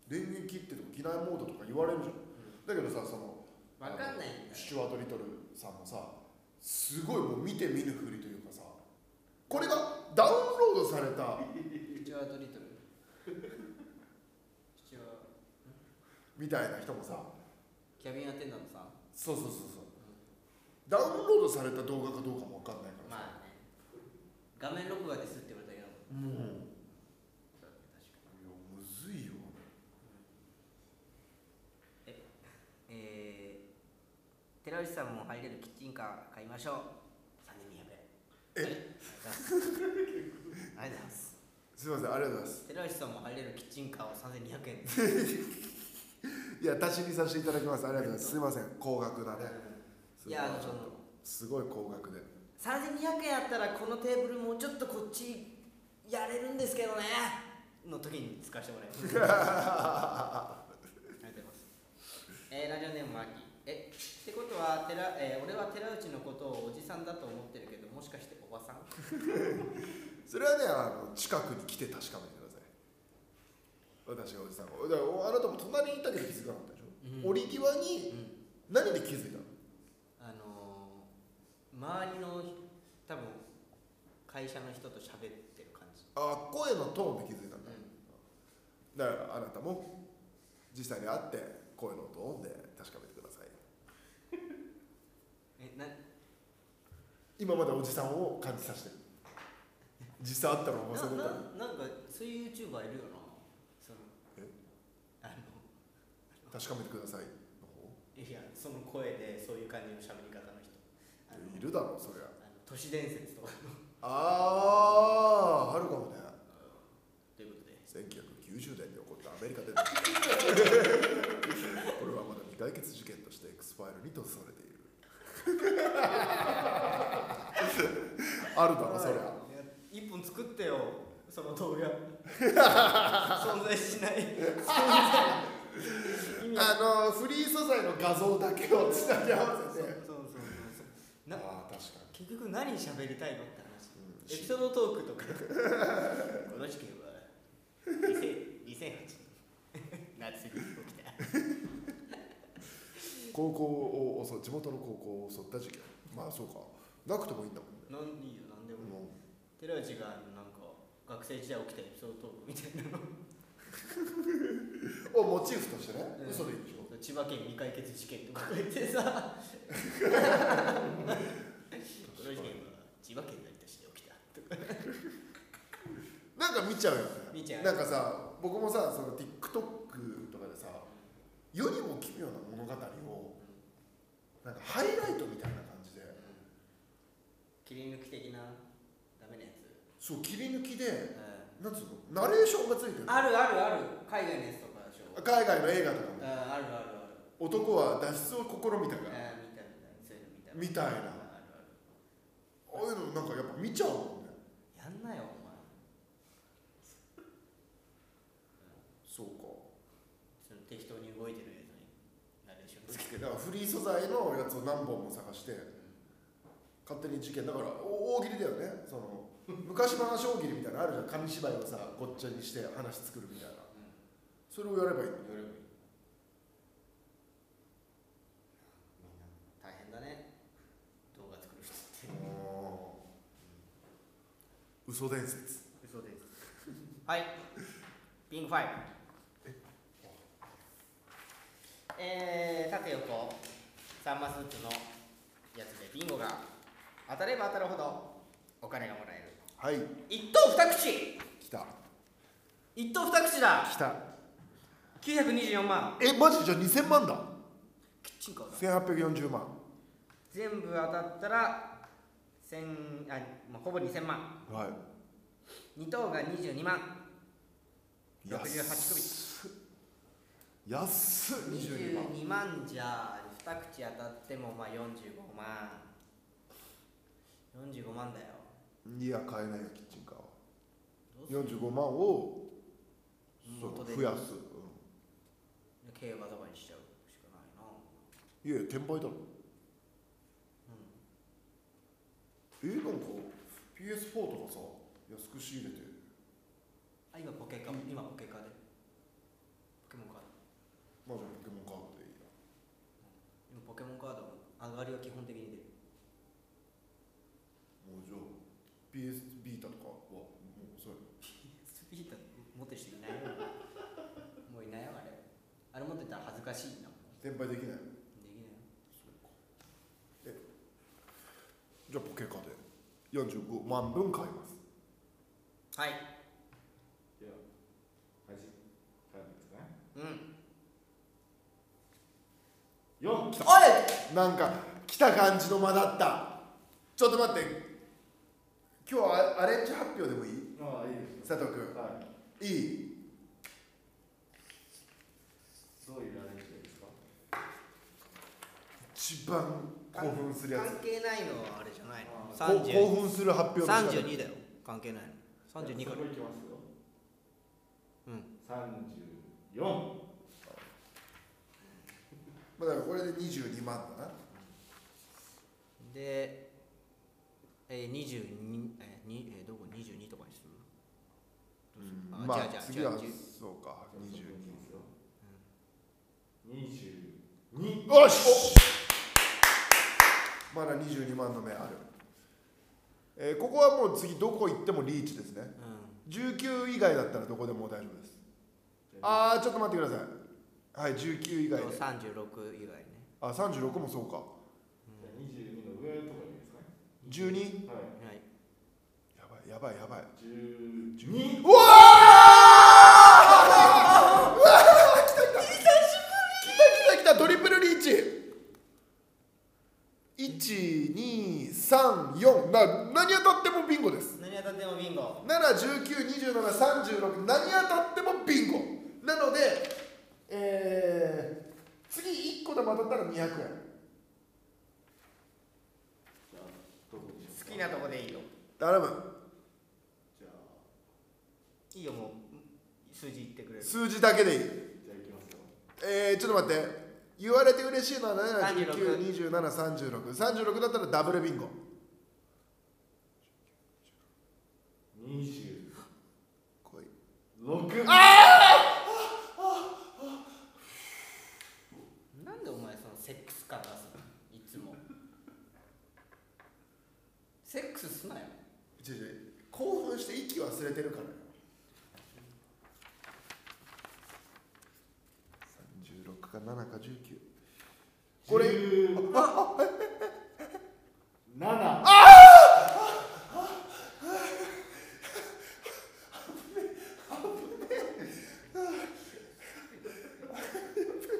[SPEAKER 2] 電源切ってとか機内モードとか言われるじゃんだけどさその
[SPEAKER 1] 分かんないんだ
[SPEAKER 2] シチュワート・リトルさんもさすごいもう見て見ぬふりというかさこれがダウンロードされた
[SPEAKER 1] シチュワート・リトルシチュワ
[SPEAKER 2] みたいな人もさ
[SPEAKER 1] キャビンアテンダントさん
[SPEAKER 2] そうそうそうそうダウンロードされた動画かどうかも分かんないか
[SPEAKER 1] ま
[SPEAKER 2] らさ、
[SPEAKER 1] あね画面録画ですって言われたけど
[SPEAKER 2] うん
[SPEAKER 4] 漁師さんも入れるキッチンカー買いましょう3人200円
[SPEAKER 2] え
[SPEAKER 4] ありがとうございます
[SPEAKER 2] すいませんありがとうございます
[SPEAKER 4] 寺石さんも入れるキッチンカーは3200円
[SPEAKER 2] いや足しにさせていただきますありがとうございますすいません高額だね
[SPEAKER 4] いやあの
[SPEAKER 2] すごいすごい高額で *laughs*
[SPEAKER 4] 3200円あったらこのテーブルもうちょっとこっちやれるんですけどねの時に使わせてもらいますあ
[SPEAKER 2] *laughs*
[SPEAKER 4] りがとうございます
[SPEAKER 1] えーラジオネームマーキーえってことは寺、えー俺は寺内のことをおじさんだと思ってるけどもしかしておばさん
[SPEAKER 2] それはねあの近くに来て確かめてください私がおじさんがだからおあなたも隣にいたけど気づかなかったでしょ、
[SPEAKER 4] うん
[SPEAKER 2] 折り際に
[SPEAKER 4] うん
[SPEAKER 2] 何で気づいたの
[SPEAKER 1] あのー、周りの多分会社の人と喋ってる感じ、
[SPEAKER 2] あ声のトーンで気づいたんだ、
[SPEAKER 1] う
[SPEAKER 2] だからあなたも実際に会って声のトーンで確かめてください
[SPEAKER 1] ん、えな
[SPEAKER 2] 今までおじさんを感じさせてる実際会ったらおばさんだったら
[SPEAKER 1] なななんかそういう YouTuber いるよなその
[SPEAKER 2] え
[SPEAKER 1] あの
[SPEAKER 2] 確かめてくださいの方
[SPEAKER 1] いやその声でそういう感じの喋り方の人あの
[SPEAKER 2] いるだろうそりゃ
[SPEAKER 1] あの都市伝説とか
[SPEAKER 2] あああるかもね
[SPEAKER 1] ということで
[SPEAKER 2] 1990年に起こったアメ
[SPEAKER 1] *laughs*
[SPEAKER 2] リカでこれはまだ未解決事件として X ファイルにとされ
[SPEAKER 1] *laughs*
[SPEAKER 2] ているあるだろそりゃ
[SPEAKER 1] いや一本作ってよその動画存在しない *laughs* 存在意味わ
[SPEAKER 2] あのフリー素材の画像だけをつなぎ合
[SPEAKER 1] かん
[SPEAKER 2] わ
[SPEAKER 1] ないそ
[SPEAKER 2] せ
[SPEAKER 1] うそうそ
[SPEAKER 2] て
[SPEAKER 1] うそうな
[SPEAKER 2] ああ確か
[SPEAKER 1] 結局何喋りたいのって話
[SPEAKER 2] に、うん
[SPEAKER 1] エピソードトークとかこの事件は2000 2008夏に起きた
[SPEAKER 2] 高校を襲う地元の高校を襲った事件まあそうかなくてもいいんだもんね
[SPEAKER 1] 何いいよ何でも
[SPEAKER 2] も
[SPEAKER 1] 寺内がなんか学生時代起きたエピソードトークみたいなの
[SPEAKER 2] うをモチーフとしてね、
[SPEAKER 1] うん
[SPEAKER 2] 嘘でいいでしょ
[SPEAKER 1] 千葉県未解決事件とか言ってさこの事件は千葉県成田市で起きたとか
[SPEAKER 2] なんか見ちゃうよね
[SPEAKER 1] 見ちゃう
[SPEAKER 2] なんかさ僕もさその TikTok とかでさ世にも奇妙な物語をなんかハイライトみたいな感じで
[SPEAKER 1] 切り抜き的なダメなやつ、
[SPEAKER 2] そう切り抜きでなんつうのナレーションがついてる
[SPEAKER 1] あるあるある海外のやつとかでしょ
[SPEAKER 2] 海外の映画とかも
[SPEAKER 1] ああるある
[SPEAKER 2] 男は脱出を試みた
[SPEAKER 1] ある
[SPEAKER 2] が
[SPEAKER 1] あ見た見たそういうの見た
[SPEAKER 2] みたいな
[SPEAKER 1] あるある
[SPEAKER 2] ああいうのなんかやっぱ見ちゃうもんね
[SPEAKER 1] やんなよお前
[SPEAKER 2] そうか
[SPEAKER 1] その適当に動いてるやつにナレーションつけて
[SPEAKER 2] だからフリー素材のやつを何本も探して勝手に事件だからお大喜利だよねその昔話大喜利みたいなのあるじゃん紙芝居をさごっちゃにして話作るみたいなそれをやればいい
[SPEAKER 1] やればいいみんな大変だね動画作る人って
[SPEAKER 2] 嘘伝説
[SPEAKER 1] 嘘です *laughs* はいピンクファイブえー、縦横3マスずつのやつでビンゴが当たれば当たるほどお金がもらえる
[SPEAKER 2] はい
[SPEAKER 1] 一等二口
[SPEAKER 2] 来た
[SPEAKER 1] 一等二口だ
[SPEAKER 2] 来た
[SPEAKER 1] 924万
[SPEAKER 2] えマジじゃあ2000万だ
[SPEAKER 1] キッチンカーだ
[SPEAKER 2] 1840万
[SPEAKER 1] 全部当たったら千あまあほぼ2000万
[SPEAKER 2] は
[SPEAKER 1] 2等が22万
[SPEAKER 2] い
[SPEAKER 1] 68
[SPEAKER 2] 首安っ22万
[SPEAKER 1] 22万じゃ2口当たってもまあ45万45万だよ
[SPEAKER 2] いや買えないよキッチンカーは
[SPEAKER 1] どうする
[SPEAKER 2] 45万をそう
[SPEAKER 1] 元手
[SPEAKER 2] 増やす、
[SPEAKER 1] 競馬とかにしちゃうしかないな
[SPEAKER 2] うん、いやいや転売だろ、えなんか PS4 とかさ安く仕入れて
[SPEAKER 1] あ今ポケカ今ポケカでポケモンカード
[SPEAKER 2] まあじゃあポケモンカードでいいや
[SPEAKER 1] 今ポケモンカードも上がりは基本的に出る
[SPEAKER 2] もうじゃあ PS ビータとかはもうそれ
[SPEAKER 1] スピード持ってる人いないよもういないよあれあれ持ってたら恥ずかしいなもう
[SPEAKER 2] 転売できない
[SPEAKER 1] できないよ
[SPEAKER 2] じゃあポケカで45万分買います
[SPEAKER 1] はい
[SPEAKER 3] いや、恥かんですね。
[SPEAKER 1] うん
[SPEAKER 3] 四。
[SPEAKER 1] おい
[SPEAKER 2] なんか来た感じの間だったちょっと待って今日はアレンジ発表でもいい
[SPEAKER 3] ああいいです
[SPEAKER 2] 佐藤君
[SPEAKER 3] はい
[SPEAKER 2] いい
[SPEAKER 3] どういうラレンジですか
[SPEAKER 2] 一番興奮するや
[SPEAKER 4] 関係ないのはあれじゃない
[SPEAKER 3] あ
[SPEAKER 2] つこ
[SPEAKER 4] の
[SPEAKER 2] 興奮する発表の仕方
[SPEAKER 4] 30 32だよ関係ないの32か
[SPEAKER 3] そ
[SPEAKER 4] ら
[SPEAKER 3] こいきますよ
[SPEAKER 4] うん
[SPEAKER 3] 34
[SPEAKER 2] まあだからこれで22万だな
[SPEAKER 4] で、えー、22えーにえーどこ22とかにするどうするあ
[SPEAKER 2] ま
[SPEAKER 4] じゃ
[SPEAKER 2] あ
[SPEAKER 4] あじゃあ
[SPEAKER 2] 次は
[SPEAKER 4] じゃあ
[SPEAKER 2] そうか22
[SPEAKER 3] 22
[SPEAKER 2] よしまだ22万の目ある、えーここはもう次どこ行ってもリーチですね
[SPEAKER 4] う
[SPEAKER 2] 19以外だったらどこでも大丈夫ですあーちょっと待ってくださいはい19以
[SPEAKER 4] ん
[SPEAKER 2] 外
[SPEAKER 4] そう
[SPEAKER 2] で
[SPEAKER 4] 36以外ね
[SPEAKER 2] あ36もそうか
[SPEAKER 3] じゃあ22の上とかでいいですかね
[SPEAKER 2] 12?
[SPEAKER 3] はい
[SPEAKER 4] はい
[SPEAKER 2] やばいやばいやばい
[SPEAKER 3] 12
[SPEAKER 2] うわーうわー来た来た来た来た来たトリプルリーチ1234な何当たってもビンゴです
[SPEAKER 1] 何当たってもビンゴ
[SPEAKER 2] なら192736何当たってもビンゴなのでえー、次1個でも当たったら200円
[SPEAKER 3] じゃあどこにします
[SPEAKER 1] 好きなとこでいいよ
[SPEAKER 2] 頼む
[SPEAKER 3] じゃあ
[SPEAKER 1] いいよもう数字言ってくれる
[SPEAKER 2] 数字だけでいい
[SPEAKER 3] じゃあいきますよ
[SPEAKER 2] えー、ちょっと待って言われて嬉しいのは何なら
[SPEAKER 4] 36
[SPEAKER 2] 19273636だったらダブルビンゴ
[SPEAKER 3] 26
[SPEAKER 2] 来い
[SPEAKER 1] なんでお前そのセックス感出すのいつもセックスすなよ
[SPEAKER 2] 違う違う興奮して息忘れてるからよ36か7か19これ
[SPEAKER 3] 17
[SPEAKER 1] 10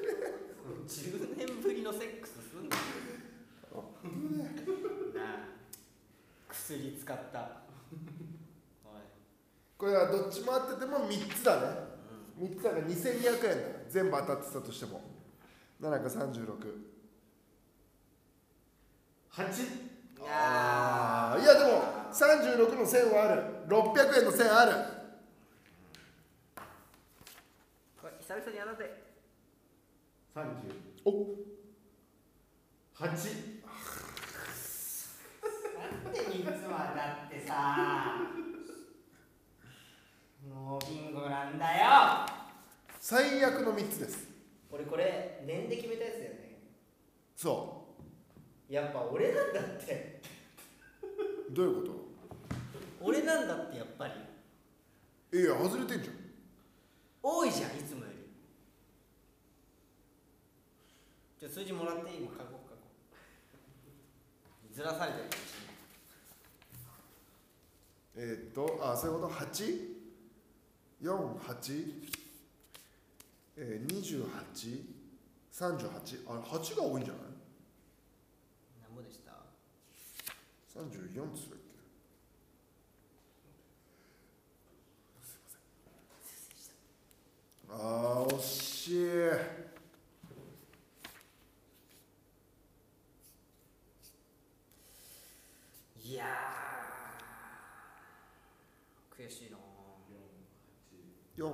[SPEAKER 1] 年ぶりのセックスすんなよなあ薬使ったおい
[SPEAKER 2] これはどっちも当てても3つだね3つだから2200円だね全部当たってたとしても7か36
[SPEAKER 3] 8
[SPEAKER 1] いや
[SPEAKER 2] あーいやでも36の線はある600円の線ある
[SPEAKER 1] ーこれ久々にやらせ
[SPEAKER 3] 30
[SPEAKER 2] お
[SPEAKER 3] 八
[SPEAKER 1] なんで3つはだってさもうビンゴなんだよ
[SPEAKER 2] 最悪の3つです
[SPEAKER 1] 俺これ年で決めたやつだよね
[SPEAKER 2] そ
[SPEAKER 1] やっぱ俺なんだって
[SPEAKER 2] うどういうこ
[SPEAKER 1] *laughs* 俺なんだってやっぱり
[SPEAKER 2] といや外れてんじゃん
[SPEAKER 1] 多いじゃんいつもよりじゃあ数字もらって今書こう書こうずらされてるかもしれない
[SPEAKER 2] えー、っとあそういうこと848えー、2838あれ8が多いんじゃない
[SPEAKER 1] 何ぼでした
[SPEAKER 2] 34つだっけすいませんあー惜しい
[SPEAKER 1] いやー悔しいな
[SPEAKER 2] 4817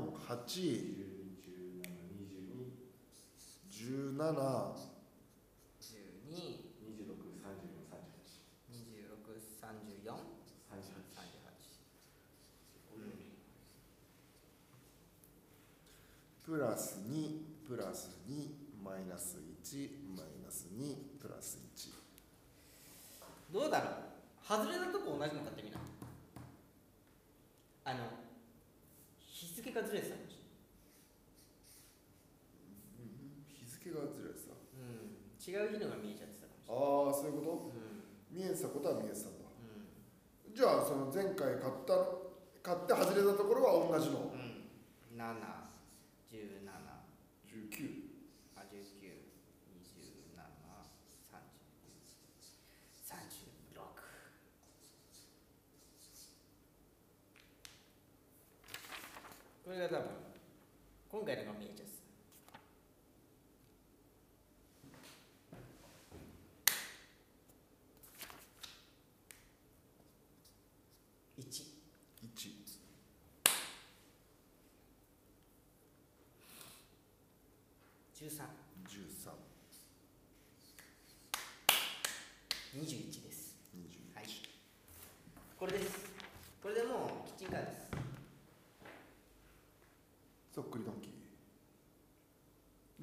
[SPEAKER 1] 122634 38
[SPEAKER 3] 1234
[SPEAKER 2] プラス2プラス2マイナス1マイナス2プラス1
[SPEAKER 1] どうだろう外れたとこ同じの買ってみなあの日付がずれてたかもしれない
[SPEAKER 2] 日付がずれてた
[SPEAKER 1] うん違う日のが見えちゃってたかもし
[SPEAKER 2] ああそういうこ
[SPEAKER 1] れない
[SPEAKER 2] と見えてたことは見えてたんだ
[SPEAKER 1] う
[SPEAKER 2] じゃあその前回買った買って外れたところは同じの
[SPEAKER 1] んうんうん717
[SPEAKER 2] 19
[SPEAKER 1] あ192730これが多分今回のが見えちゃうっす一
[SPEAKER 2] 1
[SPEAKER 1] 十三
[SPEAKER 2] 13
[SPEAKER 1] 21です
[SPEAKER 2] 20
[SPEAKER 1] はいこれですこれでもうキッチンカーです
[SPEAKER 2] そっくりドンキー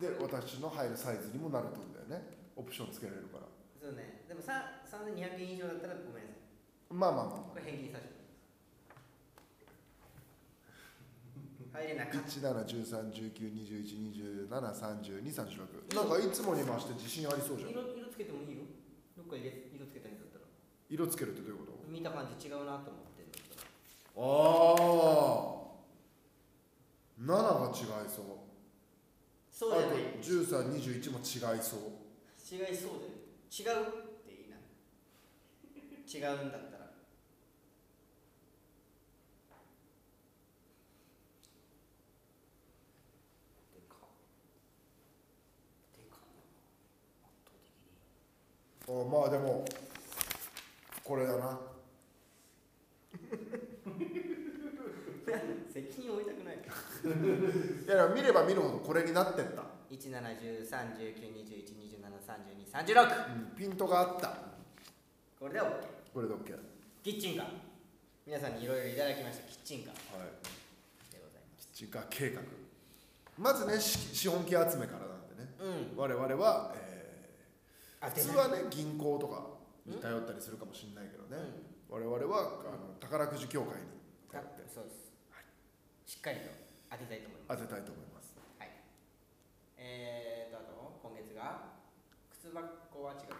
[SPEAKER 2] で私の入るサイズにもなるってことだよねオプションつけられるから
[SPEAKER 1] そうねでもさ3200円以上だったらごめんなさい
[SPEAKER 2] まあまあまあ
[SPEAKER 1] こ
[SPEAKER 2] ま
[SPEAKER 1] れ返金させて入れな
[SPEAKER 2] あ
[SPEAKER 1] かった
[SPEAKER 2] 17131921273236なんかいつもに増して自信ありそうじゃん
[SPEAKER 1] 色色つけてもいいよどっか入れ色つけたんだったら
[SPEAKER 2] 色つけるってどういうこ
[SPEAKER 1] 見た感じ違うなと思ってんだったら
[SPEAKER 2] とああ7が違いそう
[SPEAKER 1] そう
[SPEAKER 2] あ
[SPEAKER 1] じゃ
[SPEAKER 2] と
[SPEAKER 1] ない
[SPEAKER 2] 1321も違いそう
[SPEAKER 1] 違いそうだよ違うっていいな違うんだったらでかでかいな圧倒的に
[SPEAKER 2] あまあでもこれだな
[SPEAKER 1] 責任を負いたくない
[SPEAKER 2] いやでも見れば見るほどこれになってった、
[SPEAKER 1] 1 7 1 3 1 9 2 1 2 7 3 2 3 6
[SPEAKER 2] うん、ピントがあった
[SPEAKER 1] これで OK
[SPEAKER 2] これで OK は
[SPEAKER 1] キッチンカー皆さんにいろいろいただきましたキッチンカー
[SPEAKER 2] い
[SPEAKER 1] でございま
[SPEAKER 2] キッチンカー計画まずね資資本金集めからなんでね
[SPEAKER 1] すうん
[SPEAKER 2] 我々は、え
[SPEAKER 1] あ
[SPEAKER 2] ー普
[SPEAKER 1] で
[SPEAKER 2] 通はね銀行とかに頼ったりするかもしれないけどね、我々はあの宝くじ協会に
[SPEAKER 1] だ
[SPEAKER 2] 頼
[SPEAKER 1] っ
[SPEAKER 2] って
[SPEAKER 1] てそうです、しっかりと当てたいと思います
[SPEAKER 2] 当てたいと思います
[SPEAKER 1] はいえーとあと今月が靴箱は違うか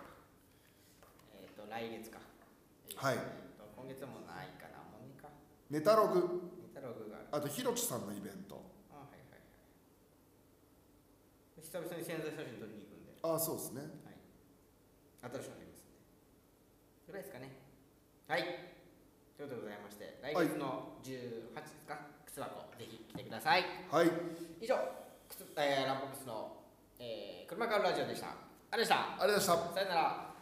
[SPEAKER 1] えーと来月か
[SPEAKER 2] はい
[SPEAKER 1] えーと今月もないかなもんねか
[SPEAKER 2] ネタログ
[SPEAKER 1] ネタログがある
[SPEAKER 2] あとひろきさんのイベント
[SPEAKER 1] あはいはいはい久々に潜在写真撮りに行くんで
[SPEAKER 2] ああそうですね
[SPEAKER 1] 新しくなりますんでぐらいですかねはいということでございまして来月の18ですか、靴箱ぜひ来てください
[SPEAKER 2] はい
[SPEAKER 1] 以上靴、えーランボックスの、えー車買うラジオでしたありがとうございまし
[SPEAKER 2] ありがとうございました
[SPEAKER 1] たさよなら